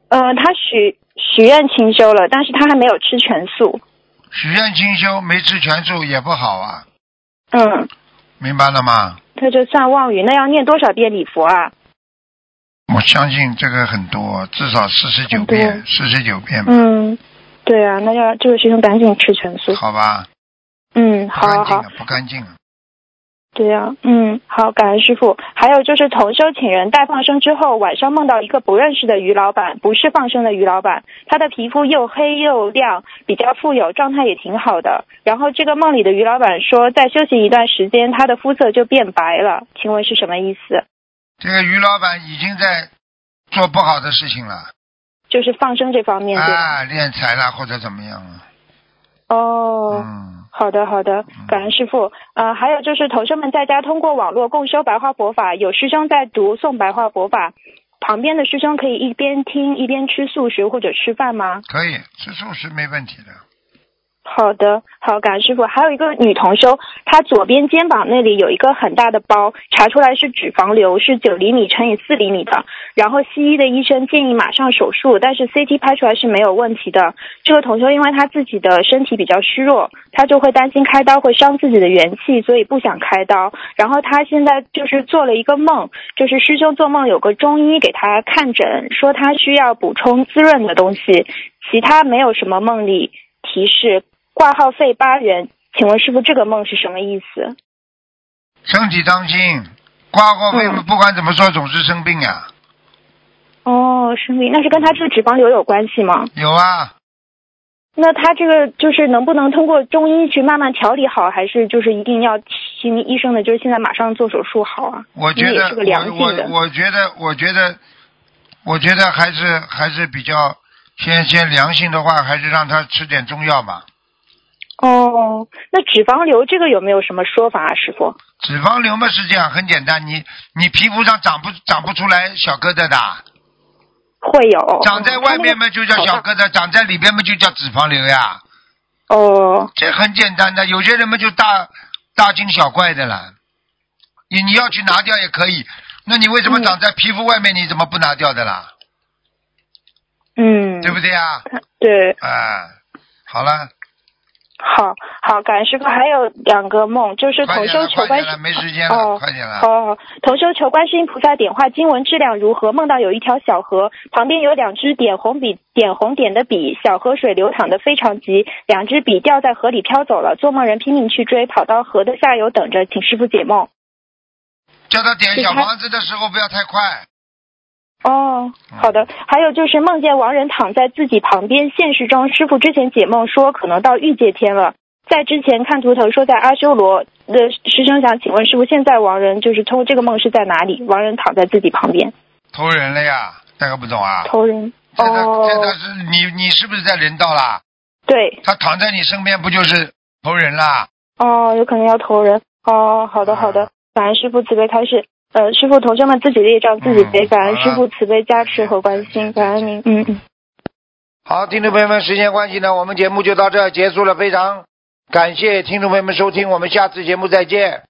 [SPEAKER 6] 呃，他许许愿清修了，但是他还没有吃全素。
[SPEAKER 2] 许愿清修没吃全素也不好啊，
[SPEAKER 6] 嗯，
[SPEAKER 2] 明白了吗？
[SPEAKER 6] 他就算妄语，那要念多少遍礼佛啊？
[SPEAKER 2] 我相信这个很多，至少四十九
[SPEAKER 6] 很多
[SPEAKER 2] 遍，四十九遍吧，
[SPEAKER 6] 嗯，对啊，那要这个师兄赶紧吃全素。
[SPEAKER 2] 好吧？
[SPEAKER 6] 嗯，
[SPEAKER 2] 不
[SPEAKER 6] 好好
[SPEAKER 2] 干净
[SPEAKER 6] 好
[SPEAKER 2] 了，，不干净了。
[SPEAKER 6] 对啊，嗯，好，感恩师傅。还有就是同修请人带放生之后，晚上梦到一个不认识的鱼老板，不是放生的鱼老板，他的皮肤又黑又亮，比较富有，状态也挺好的。然后这个梦里的鱼老板说，再休息一段时间，他的肤色就变白了。请问是什么意思？
[SPEAKER 2] 这个于老板已经在做不好的事情了，
[SPEAKER 6] 就是放生这方面对吧？
[SPEAKER 2] 啊，敛财了或者怎么样了？
[SPEAKER 6] 哦。
[SPEAKER 2] 嗯，
[SPEAKER 6] 好的，好的，感恩师傅。呃，还有就是同学们在家通过网络共修白话佛法，有师兄在读诵白话佛法，旁边的师兄可以一边听一边吃素食或者吃饭吗？
[SPEAKER 2] 可以，吃素是没问题的。
[SPEAKER 6] 好的，好，感恩师傅。还有一个女同修，她左边肩膀那里有一个很大的包，查出来是脂肪瘤，是九厘米乘以四厘米的。然后西医的医生建议马上手术，但是 CT 拍出来是没有问题的。这个同修因为他自己的身体比较虚弱，他就会担心开刀会伤自己的元气，所以不想开刀。然后他现在就是做了一个梦，就是师兄做梦有个中医给他看诊，说他需要补充滋润的东西，其他没有什么梦里提示。挂号费八元，请问师傅这个梦是什么意思？
[SPEAKER 2] 身体当心，挂号费
[SPEAKER 6] 嗯
[SPEAKER 2] 不管怎么说总是生病啊呀、
[SPEAKER 6] 哦，生病，那是跟他这个脂肪瘤有关系吗？
[SPEAKER 2] 有啊，
[SPEAKER 6] 那他这个就是能不能通过中医去慢慢调理好，还是就是一定要听医生的，就是现在马上做手术好啊？
[SPEAKER 2] 我觉
[SPEAKER 6] 因为也
[SPEAKER 2] 得
[SPEAKER 6] 是个良
[SPEAKER 2] 我
[SPEAKER 6] 性
[SPEAKER 2] 我
[SPEAKER 6] 的。
[SPEAKER 2] 我觉得我觉得我觉得还是还是比较先先良性的话，还是让他吃点中药吧。
[SPEAKER 6] 哦，那脂肪瘤这个有没有什么说法啊，师傅？
[SPEAKER 2] 脂肪瘤嘛是这样，很简单，你你皮肤上长不长不出来小疙瘩的，啊
[SPEAKER 6] 会有。
[SPEAKER 2] 长在外面嘛就叫小
[SPEAKER 6] 哥。
[SPEAKER 2] 疙瘩，长在里边嘛就叫脂肪瘤呀，
[SPEAKER 6] 哦，
[SPEAKER 2] 这很简单的。有些人嘛就大大惊小怪的了，你你要去拿掉也可以，那你为什么
[SPEAKER 6] 嗯
[SPEAKER 2] 长在皮肤外面你怎么不拿掉的啦？
[SPEAKER 6] 嗯，
[SPEAKER 2] 对不对呀？哎
[SPEAKER 6] 对？
[SPEAKER 2] 啊，好了，
[SPEAKER 6] 好好，感恩师傅。还有两个梦，就是
[SPEAKER 2] 快
[SPEAKER 6] 同
[SPEAKER 2] 点
[SPEAKER 6] 修
[SPEAKER 2] 了，
[SPEAKER 6] 求
[SPEAKER 2] 快
[SPEAKER 6] 观
[SPEAKER 2] 点
[SPEAKER 6] 世
[SPEAKER 2] 了，没时间了，
[SPEAKER 6] 哦
[SPEAKER 2] 快点了。
[SPEAKER 6] 哦，同修求观世音菩萨点化经文质量如何？梦到有一条小河，旁边有两支点红笔点红点的笔，小河水流淌的非常急，两支笔掉在河里飘走了。做梦人拼命去追，跑到河的下游等着，请师傅解梦。
[SPEAKER 2] 叫他点
[SPEAKER 6] 是
[SPEAKER 2] 小
[SPEAKER 6] 他
[SPEAKER 2] 房子的时候不要太快。
[SPEAKER 6] 哦，好的。还有就是梦见亡人躺在自己旁边，现实中师傅之前解梦说可能到欲界天了，在之前看图腾说在阿修罗。呃，师兄想请问师傅，现在亡人就是通过这个梦是在哪里？亡人躺在自己旁边，
[SPEAKER 2] 投人了呀，大哥不懂啊？
[SPEAKER 6] 头人
[SPEAKER 2] 这他
[SPEAKER 6] 哦
[SPEAKER 2] 这他是你你是不是在人道啦？
[SPEAKER 6] 对
[SPEAKER 2] 他躺在你身边不就是投人啦？
[SPEAKER 6] 哦，有可能要投人哦。好
[SPEAKER 2] 啊
[SPEAKER 6] 的好的，感恩师傅慈悲开示。呃，师傅同学们自己的业障自己背，
[SPEAKER 2] 嗯
[SPEAKER 6] 感恩
[SPEAKER 2] 好
[SPEAKER 6] 师
[SPEAKER 2] 了
[SPEAKER 6] 傅慈悲加持和关心，感恩您。嗯嗯。
[SPEAKER 2] 好，听众朋友们，时间关系呢，我们节目就到这儿结束了，非常感谢听众朋友们收听，我们下次节目再见。